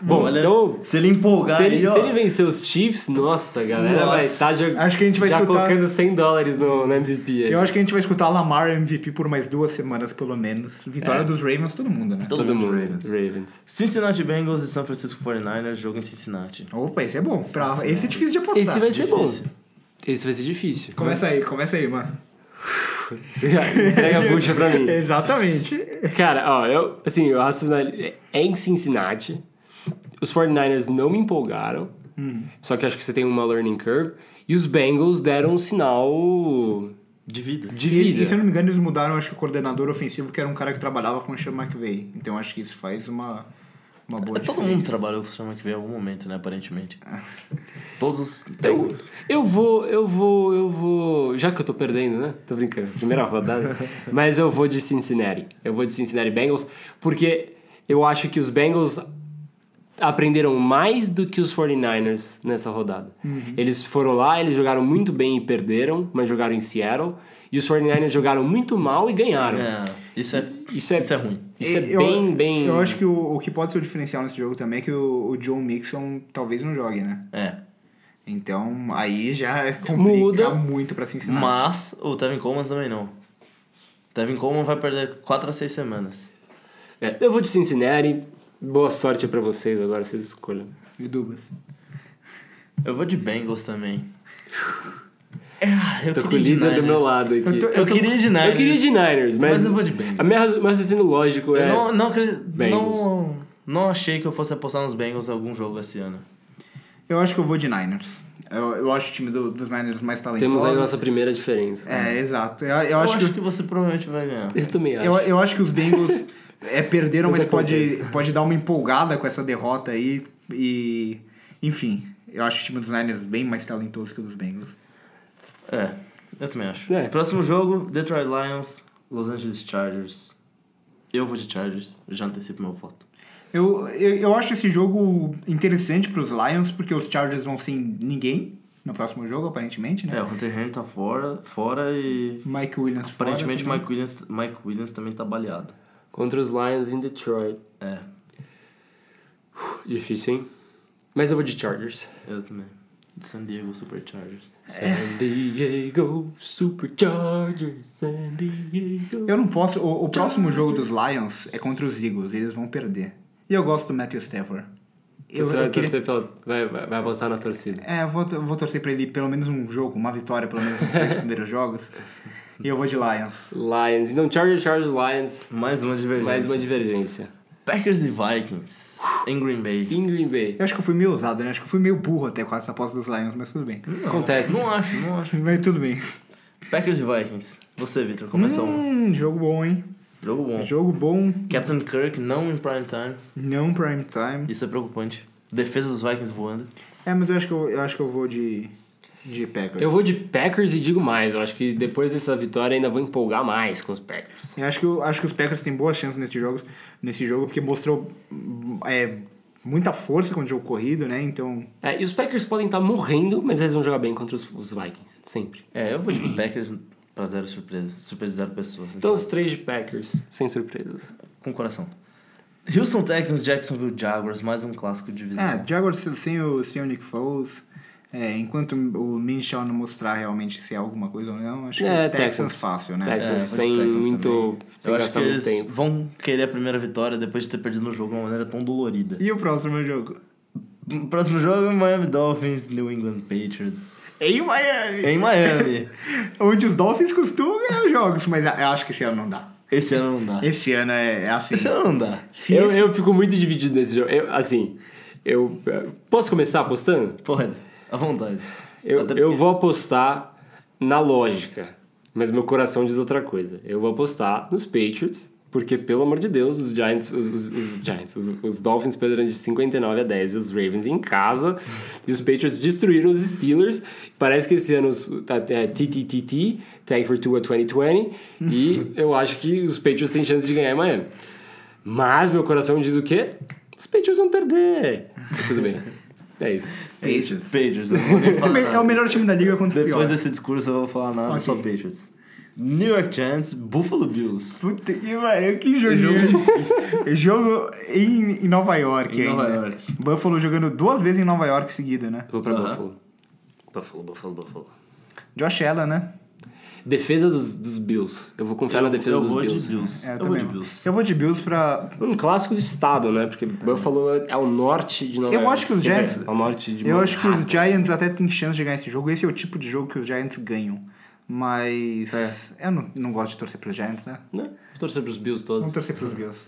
Bom,
olha,
então.
Se ele empolgar
Se ele,
aí, ó,
se ele vencer os Chiefs, nossa, a galera
Nossa.
vai estar já,
Acho que a gente vai
já
escutar-
colocando 100 dólares no, no MVP. aí.
Eu acho que a gente vai escutar Lamar MVP por mais duas semanas, pelo menos.
É.
Vitória dos Ravens, todo mundo, né?
Todo
Todo
mundo
mundo.
Ravens.
Ravens.
Cincinnati Bengals e San Francisco 49ers, jogo em Cincinnati.
Opa, esse é bom. Pra- esse é difícil de apostar.
Esse vai ser bom.
Difícil.
Esse vai ser difícil.
Começa aí, começa aí, mano.
Você já entrega a bucha pra mim.
Exatamente.
Cara, ó, eu, assim, eu racional... é em Cincinnati. Os 49ers não me empolgaram.
Hum.
Só que acho que você tem uma learning curve. E os Bengals deram um sinal
De vida.
de
E,
vida.
e se eu não me engano, eles mudaram, acho que o coordenador ofensivo, que era um cara que trabalhava com o Sean McVay. Então acho que isso faz uma, uma
É,
boa
Todo
diferença.
mundo trabalhou com o Sean McVay em algum momento, né? Aparentemente. Todos os
Eu,
Bengals.
eu vou, eu vou, eu vou. Já que eu tô perdendo, né? Tô brincando. Primeira rodada. Mas eu vou de Cincinnati. Eu vou de Cincinnati Bengals, porque eu acho que os Bengals aprenderam mais do que os 49ers nessa rodada.
Uhum.
Eles foram lá, eles jogaram muito bem e perderam, mas jogaram em Seattle. E os 49ers jogaram muito mal e ganharam.
É, isso, é,
Isso é,
isso é ruim.
Isso é
Eu-
bem, bem.
Eu acho que o, o que pode ser o diferencial nesse jogo também é que o, o John Mixon talvez não jogue, né?
É.
Então aí já complica
Muda.
muito pra Cincinnati.
Mas o Tevin Coleman também não. Tevin Coleman vai perder 4 a 6 semanas.
É, eu vou de Cincinnati. Boa sorte pra vocês agora, vocês escolham.
E Dubas.
Eu vou de Bengals também. Ah, eu
Tô com o
queria de
líder do
Niners.
meu lado aqui.
Eu tô-
Eu, queria de Niners.
Eu queria de Niners, mas.
Mas eu vou de Bengals.
A minha, raz- meu raciocínio lógico
Eu
é.
não, não, acredito-
Bengals.
não, não achei que eu fosse apostar nos Bengals em algum jogo esse ano.
Eu acho que eu vou de Niners. Eu, eu acho o time do- dos Niners mais talentoso.
Temos aí nossa primeira diferença.
É, exato. Eu, eu
Eu,
acho, que,
você provavelmente vai ganhar.
Eu também acho.
eu, eu acho que os Bengals é, perderam, mas
Mas
pode, pode dar uma empolgada com essa derrota aí. E. Enfim, eu acho o time dos Niners bem mais talentoso que o dos Bengals.
É, eu também acho.
É.
Próximo jogo, Detroit Lions, Los Angeles Chargers. Eu vou de Chargers, eu já antecipo meu voto.
Eu, eu, eu acho esse jogo interessante pros Lions, porque os Chargers vão sem ninguém no próximo jogo, aparentemente, né?
É, o Hunter Henry tá fora, fora e
Mike Williams fora
aparentemente
também.
Mike Williams, Mike Williams também tá baleado.
Contra os Lions em Detroit.
É,
Difícil, hein? Mas eu vou de Chargers.
eu também. San Diego Super Chargers.
É.
San Diego Superchargers. San Diego.
Eu não posso. O, o próximo jogo dos Lions é contra os Eagles, eles vão perder. E eu gosto do Matthew Stafford. Eu,
Você
eu
vai
queria-
torcer pela. Vai, vai, vai apostar na torcida.
É, eu vou, eu vou torcer pra ele pelo menos um jogo, uma vitória, pelo menos nos três primeiros jogos. E eu vou de Lions.
Lions. Então, Chargers, Chargers, Lions.
Mais uma divergência.
Mais uma divergência.
Packers e Vikings em Green Bay.
Em Green Bay.
Eu acho que eu fui meio ousado, né? Acho que eu fui meio burro até com essa aposta dos Lions, mas tudo bem.
Acontece.
Não acho, né? não acho.
Mas tudo bem.
Packers e Vikings. Você, Victor, começa um.
Hum, jogo bom, hein?
Jogo bom.
Jogo bom,
Captain Kirk não em prime time.
não prime time.
Isso é preocupante. Defesa dos Vikings voando.
É, mas eu acho que eu, eu acho que eu vou de, de Packers.
Eu
Eu...
vou de Packers e digo mais. Eu acho que depois dessa vitória ainda vou empolgar mais com os Packers.
acho, que eu acho que os Packers têm boas chances nesse jogo, nesse jogo porque mostrou é, muita força contra o jogo corrido, né? Então,
É, e os Packers podem estar morrendo, mas eles vão jogar bem contra os, os Vikings, sempre.
É, eu vou de Packers pra zero surpresas. Surpresa de zero pessoas. assim,
Então os três de Packers, sem surpresas.
com coração. Houston Texans, Jacksonville Jaguars, mais um clássico de divisão.
é, Jaguars sem o, sem o Nick Foles, é, enquanto o Minshew não mostrar realmente se é alguma coisa ou não, acho que
É,
o Texans,
Texans.
fácil, né?
Texans.
eu vou de
sem muito-
também.
sem
eu acho que
gastar muito
eles
tempo.
vão querer a primeira vitória depois de ter perdido no jogo de uma maneira tão dolorida.
É. E o próximo jogo?
O próximo jogo é Miami Dolphins, New England Patriots.
Em Miami!
Em Miami.
É, Onde os Dolphins costumam ganhar jogos, mas eu acho que esse ano não dá.
Esse ano não dá.
Esse ano é, é assim.
Esse ano não dá.
Se
Eu,
esse-
eu fico muito dividido nesse jogo. Eu, assim, eu. eh, Posso começar apostando?
Pode, à vontade.
Eu,
Até porque-
eu vou apostar na lógica. Mas meu coração diz outra coisa. Eu vou apostar nos Patriots, porque, pelo amor de Deus, os Giants, os, os, os Giants, os, os Dolphins perderam de 59 a 10 e os Ravens em casa. E os Patriots destruíram os Steelers. Parece que esse ano os- tá, é TTTT, Tag for Tua 2020. E eu acho que os Patriots têm chance de ganhar em Miami. Mas meu coração diz o quê? Os Patriots vão perder. Tudo bem. É isso.
Patriots.
Patriots, eu não vou nem
É o
falar
me-
nada.
é o melhor time da liga contra o
Depois
pior.
desse discurso eu não vou falar nada,
Ok.
só Patriots. New York Giants, Buffalo Bills.
Puta que pariu, que
Jogo é
joguinho.
difícil.
Jogo em, em Nova York
Em
ainda.
Nova York.
Buffalo jogando duas vezes em Nova York seguida, né?
Vou pra
Aham.
Buffalo. Buffalo, Buffalo, Buffalo.
Josh Allen, né?
Defesa dos, dos Bills. Eu vou confiar na defesa
eu
dos
vou
Bills.
de Bills.
É,
eu vou
também
de
não.
Bills.
Eu vou de Bills pra...
Um clássico do estado, né? Porque Buffalo é ao norte de Nova
Eu
York.
acho que os
Quer dizer,
Giants-
ao norte de
Eu acho que
Manhattan.
os Giants até tem chance de ganhar esse jogo. Esse é o tipo de jogo que os Giants ganham. Mas... Eu não, não gosto de torcer pros Giants, né?
Né? Vou torcer pros Bills
Vamos
todos.
torcer pros Bills.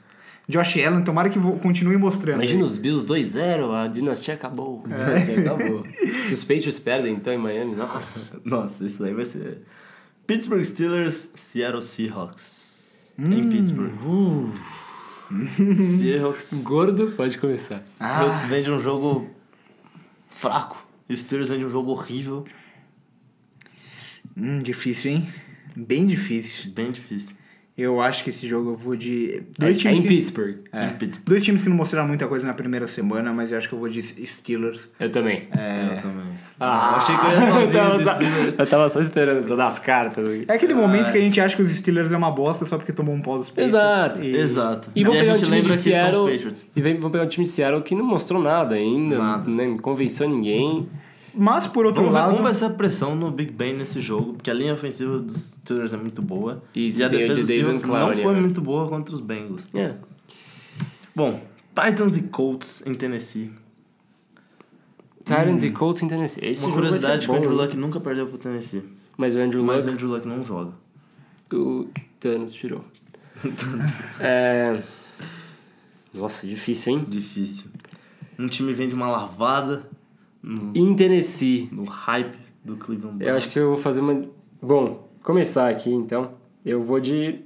Josh Allen, tomara que vo- continue mostrando.
Imagina os Bills 2-0, a dinastia acabou. A
É.
dinastia acabou. Se os Patriots perdem, então, em Miami, nossa.
Nossa, isso daí vai ser. Pittsburgh Steelers, Seattle Seahawks. Em Pittsburgh. Seahawks.
Gordo, pode começar.
Seahawks vende um jogo fraco. E os Steelers vendem um jogo horrível.
Hum, difícil, hein? Bem difícil.
Bem difícil.
Eu acho que esse jogo eu vou de...
É,
Dois
é
times
em
que-
Pittsburgh.
É.
Em Pittsburgh.
Dois times que não mostraram muita coisa na primeira semana, mas eu acho que eu vou de Steelers.
Eu também.
É.
Eu também.
Ah.
Eu achei que eu ia
Eu
sozinho
tava,
de Steelers.
só, eu tava só esperando pra dar as cartas.
É aquele momento que a gente acha que os Steelers é uma bosta só porque tomou um pau dos Patriots.
Exato.
E-
Exato.
E vamos
a
pegar o
gente
time
lembra
de
que são os
Seattle.
Patriots.
E vem- vamos pegar o time de Seattle que não mostrou nada ainda.
Nada.
né? Não convenceu ninguém.
Mas, por outro
Vamos ver
lado...
como vai ser a pressão no Big Ben nesse jogo, porque a linha ofensiva dos Steelers é muito boa.
E
E,
se
a
tem o
defesa
de
dos
David
Seahawks não
Clowney,
foi
né?
muito boa contra os Bengals.
É.
Bom, Titans e Colts em Tennessee.
Titans e
Hum.
Colts em Tennessee. Esse
Uma
jogo vai ser
curiosidade, que o
bom,
Andrew
né?
Luck nunca perdeu pro Tennessee.
Mas o Andrew
Mas o
Luck,
Andrew Luck não joga.
o Thanos tirou. é... Nossa, difícil, hein?
Difícil. Um time vem de uma lavada no,
Em Tennessee.
no hype do Cleveland
Eu acho que eu vou fazer uma... Bom, começar aqui, então. Eu vou de...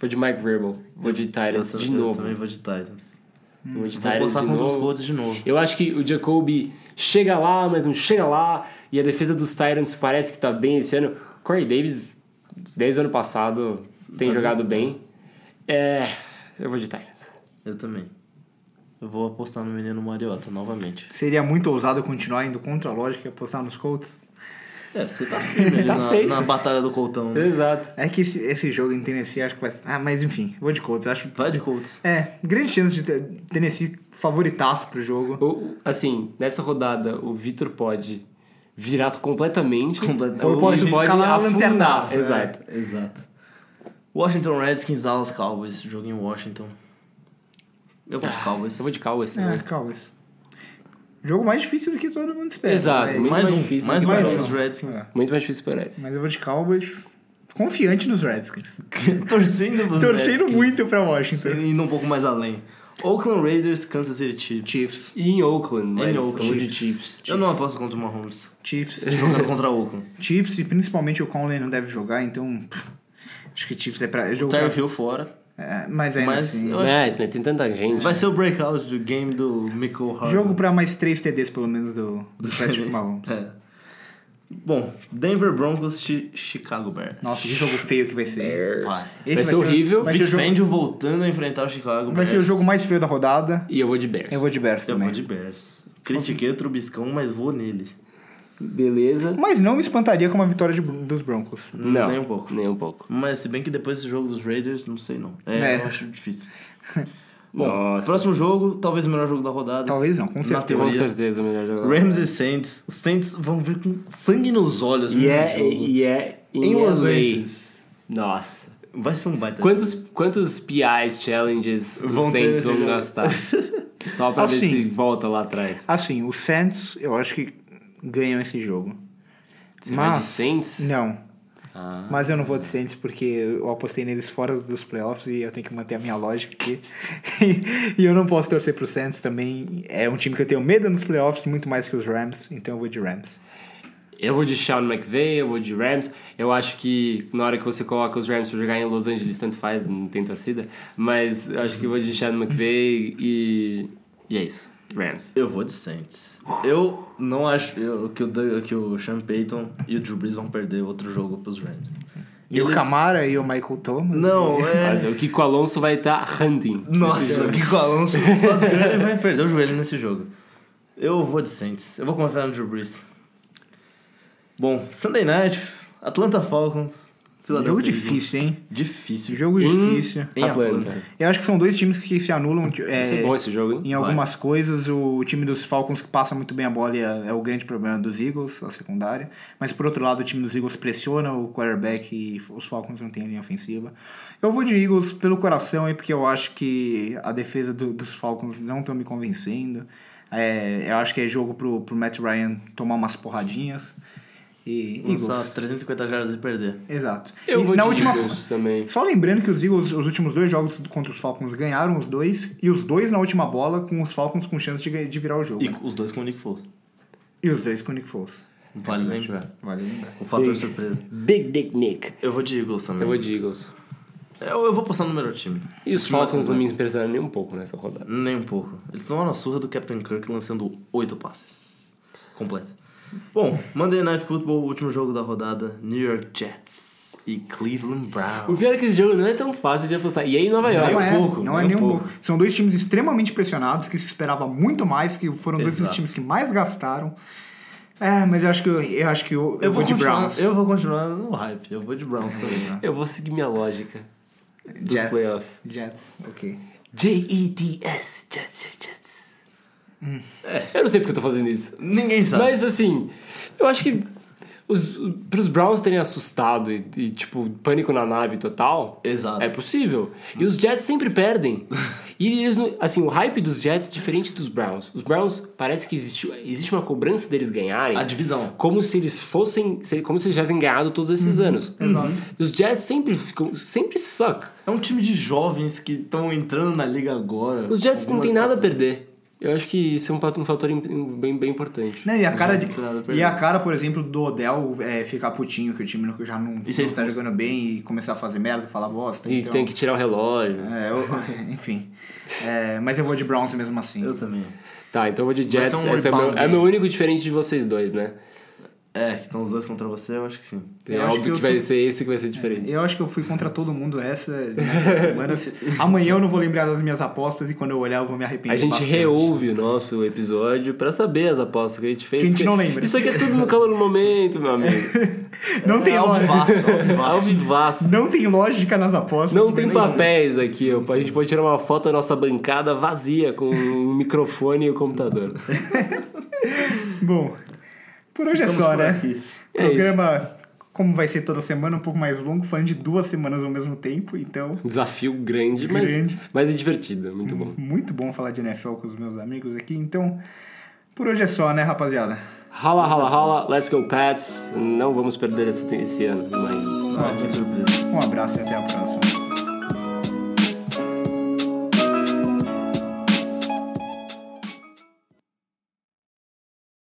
Vou de Mike Verbal. Vou de Titans de
eu
novo.
também vou de Titans.
Vou de
Vou
Titans
passar
de
contra os
novo.
Colts de novo.
Eu acho que o Jacoby chega lá, mas não chega lá. E a defesa dos Titans parece que tá bem esse ano. Corey Davis, desde o ano passado, tem jogado bem. É... Eu vou de Titans.
Eu também. Eu vou apostar no menino Mariota novamente.
Seria muito ousado continuar indo contra a lógica e apostar nos Colts.
É, você tá firme ali
Tá
na,
feio.
na batalha do Coltão. né?
Exato.
É que esse, esse jogo em Tennessee acho que vai... Ah, mas enfim, vou de Colts. Acho...
Vai de Colts.
É, grande chance de ter Tennessee favoritaço pro jogo.
Ou, assim, nessa rodada, o Vitor pode virar completamente.
Completamente.
Ou pode,
Hoje
pode
fica lá no
afundar.
É.
lanternaço, né?
Exato.
Exato. Washington Redskins, Dallas Cowboys. Esse jogo em Washington. Eu vou de Cowboys.
Eu vou de Cowboys
É,
também.
Cowboys. Jogo mais difícil do que todo mundo espera.
Exato,
mas-
muito
mais
mais
um,
difícil
mais
do
um
que
para
parece.
os Redskins.
É.
Muito mais difícil parece.
Mas eu vou de Cowboys confiante nos Redskins.
Torcendo pros
Torcendo
Redskins.
muito né? pra Washington.
Indo um pouco mais além. Oakland Raiders, Kansas City Chiefs.
Chiefs.
E em Oakland, mas eu
Oakland.
vou de Chiefs.
Eu não aposto contra o Mahomes.
Chiefs.
Jogando contra o Oakland.
Chiefs e principalmente o Conley não deve jogar, então. pff, acho que Chiefs é pra. É jogo pra
Tyreek Hill fora.
é, mas ainda
Tá Mas
assim.
eu-
Mas, mas tem tanta gente.
Vai ser o breakout do game do Michael Harden.
Jogo pra mais três TDs, pelo menos, do, do Patrick Mahomes.
É. Bom, Denver Broncos, Chi- Chicago Bears.
Nossa, que jogo feio que vai ser.
Vai.
Esse
Vai ser horrível.
Vai ser, o
Vic
é jogo,
Fangio voltando a enfrentar o Chicago
vai
Bears.
ser o jogo mais feio da rodada.
E eu vou de Bears.
Eu vou de Bears
Eu
também.
vou de Bears. Critiquei o Trubiscão, mas vou nele.
Beleza?
Mas não me espantaria com uma vitória de- dos Broncos.
Não.
Nem um pouco.
Nem um pouco.
Mas se bem que depois desse jogo dos Raiders, não sei não. É,
É.
eu acho difícil.
Bom,
Próximo jogo, talvez o melhor jogo da rodada.
Talvez não, com
Na
certeza.
com
teoria.
certeza é o melhor jogador.
Rams e Saints. Os Saints vão vir com sangue nos olhos
E
nesse
é,
jogo.
e é
Em Los
LA.
Angeles.
Nossa.
Vai ser um baita.
Quantos, quantos PIs, challenges os
Vão ter
Saints
nesse
vão
jogo.
gastar? Só pra ver
Assim.
se volta lá atrás.
Assim, os Saints, eu acho que ganham esse jogo.
Você vai de
né?
Saints?
Não.
Ah.
Mas eu não vou de Saints porque eu apostei neles fora dos playoffs e eu tenho que manter a minha lógica aqui. e eu não posso torcer pro Saints também. É um time que eu tenho medo nos playoffs, muito mais que os Rams, então eu vou de Rams.
Eu vou de Sean McVay, eu vou de Rams. Eu acho que na hora que você coloca os Rams pra jogar em Los Angeles, tanto faz, não tem torcida. Mas eu acho que eu vou de Sean McVay e. E é isso. Rams.
Eu vou de Saints. Eu não acho eu- que, o, Dan- que o Sean Payton e o Drew Brees vão perder outro jogo pros Rams.
E o
Eles-
Camara e o Michael Thomas.
Não,
Mas
é...
o Kiko Alonso vai estar hunting.
Nossa, o Kiko Alonso ele vai perder o joelho nesse jogo. Eu vou de Saints. Eu vou confiar no Drew Brees. Bom, Sunday Night, Atlanta Falcons,
Jogo
Philadelphia Eagles.
difícil, hein?
Difícil.
Jogo
Hum.
difícil.
Em Atlanta.
Atlanta.
Eu acho que são dois times que se anulam. É,
Vai ser bom esse jogo, hein?
Em algumas coisas, o time dos Falcons que passa muito bem a bola é, é o grande problema dos Eagles, a secundária. Mas por outro lado, o time dos Eagles pressiona o quarterback e os Falcons não têm linha ofensiva. Eu vou de Eagles pelo coração aí, porque eu acho que a defesa do- dos Falcons não estão me convencendo. É, eu acho que é jogo pro, pro Matt Ryan tomar umas porradinhas. E
Lançar
Eagles.
350 jardas e perder.
Exato.
Eu
E
vou
na
de
última
Eagles também.
só lembrando que os Eagles, os últimos dois jogos contra os Falcons, ganharam os dois, e os dois na última bola, com os Falcons com chance de, ganhar- de virar o jogo.
E
né?
os dois com o Nick Foles.
E os dois com o Nick Foles.
Vale lembrar.
Vale lembrar.
O fator surpresa.
Big Dick Nick.
Eu vou de Eagles também.
Eu vou de Eagles.
Eu, eu vou postar no melhor time.
E os
Time mais
Falcons não me
completo.
impressionaram nem um pouco nessa rodada.
Nem um pouco. Eles estão na surra do Captain Kirk lançando oito passes. Completo. Bom, Monday Night Football, último jogo da rodada. New York Jets e Cleveland
O
Browns.
pior é que esse jogo não é tão fácil de apostar. E aí em Nova York.
não é,
pouco,
não é
nem
nem
um
um
pouco.
pouco. São dois times extremamente pressionados, que se esperava muito mais, que foram dois dos
Exato.
times que mais gastaram. É, mas eu acho que eu, eu acho que eu, eu vou de
continuar-
Browns.
Eu vou continuar no hype. Eu vou de Browns também. né?
Eu vou seguir minha lógica dos
Jet-
playoffs.
Jets, ok.
J-E-T-S. Jets, Jets, Jets. É, Eu não sei porque eu tô fazendo isso.
Ninguém sabe.
Mas assim, eu acho que os, pros Browns terem assustado e, e, tipo, pânico na nave total.
Exato.
É possível. E os Jets sempre perdem. E eles, não- assim, o hype dos Jets é diferente dos Browns. Os Browns parece que existe, existe uma cobrança deles ganharem.
A divisão.
Como se eles fossem, se- como se eles tivessem ganhado todos esses anos. Uhum. E os Jets sempre ficam, sempre suck.
É um time de jovens que estão entrando na liga agora.
Os Jets não
Algumas
tem nada a
sensações.
perder. Eu acho que isso é um, pat- um fator im- im- bem, bem importante.
Né, e, a cara de,
tem nada a perder.
e a cara, por exemplo, do Odell é, ficar putinho, que o time não- já não,
E ser
não tá
expulso.
jogando bem e começar a fazer merda e falar bosta.
E
então-
tem que tirar o relógio.
É, eu- enfim. É, mas eu vou de Browns mesmo assim.
Eu também.
Tá, então eu vou de Jets.
ser um
Esse é, meu,
rebound,
é
hein?
meu único diferente de vocês dois, né?
É, que estão os dois contra você, eu acho que sim.
É
Eu acho
óbvio que,
que eu
vai
tô-
ser esse que vai ser diferente.
Eu acho que eu fui contra todo mundo essa nessa semana. Amanhã eu não vou lembrar das minhas apostas e quando eu olhar eu vou me arrepender.
A gente
bastante.
reouve o nosso episódio pra saber as apostas que a gente fez.
Que a gente
porque
não lembra.
Isso aqui é tudo no calor do momento, meu amigo.
Não tem
é
lógica.
alvivaço, é alvivaço.
Ao vivaço.
Não tem lógica nas apostas. né?
Não tem
nenhuma.
papéis aqui, ó. a gente pode tirar uma foto da nossa bancada vazia com o microfone e o computador.
Bom, por hoje é
Ficamos
só,
por
né?
aqui.
É isso.
Programa, como vai ser toda semana, um pouco mais longo, falando de duas semanas ao mesmo tempo, então.
Um Desafio grande, mas,
Grande. Hum.
mas é divertido, muito bom.
Muito bom falar de NFL com os meus amigos aqui, então. Por hoje é só, né, rapaziada?
Rala, rala, rala, let's go Pats. Não vamos perder esse, esse ano, mas...
Ah, que surpresa.
Um abraço e até a próxima.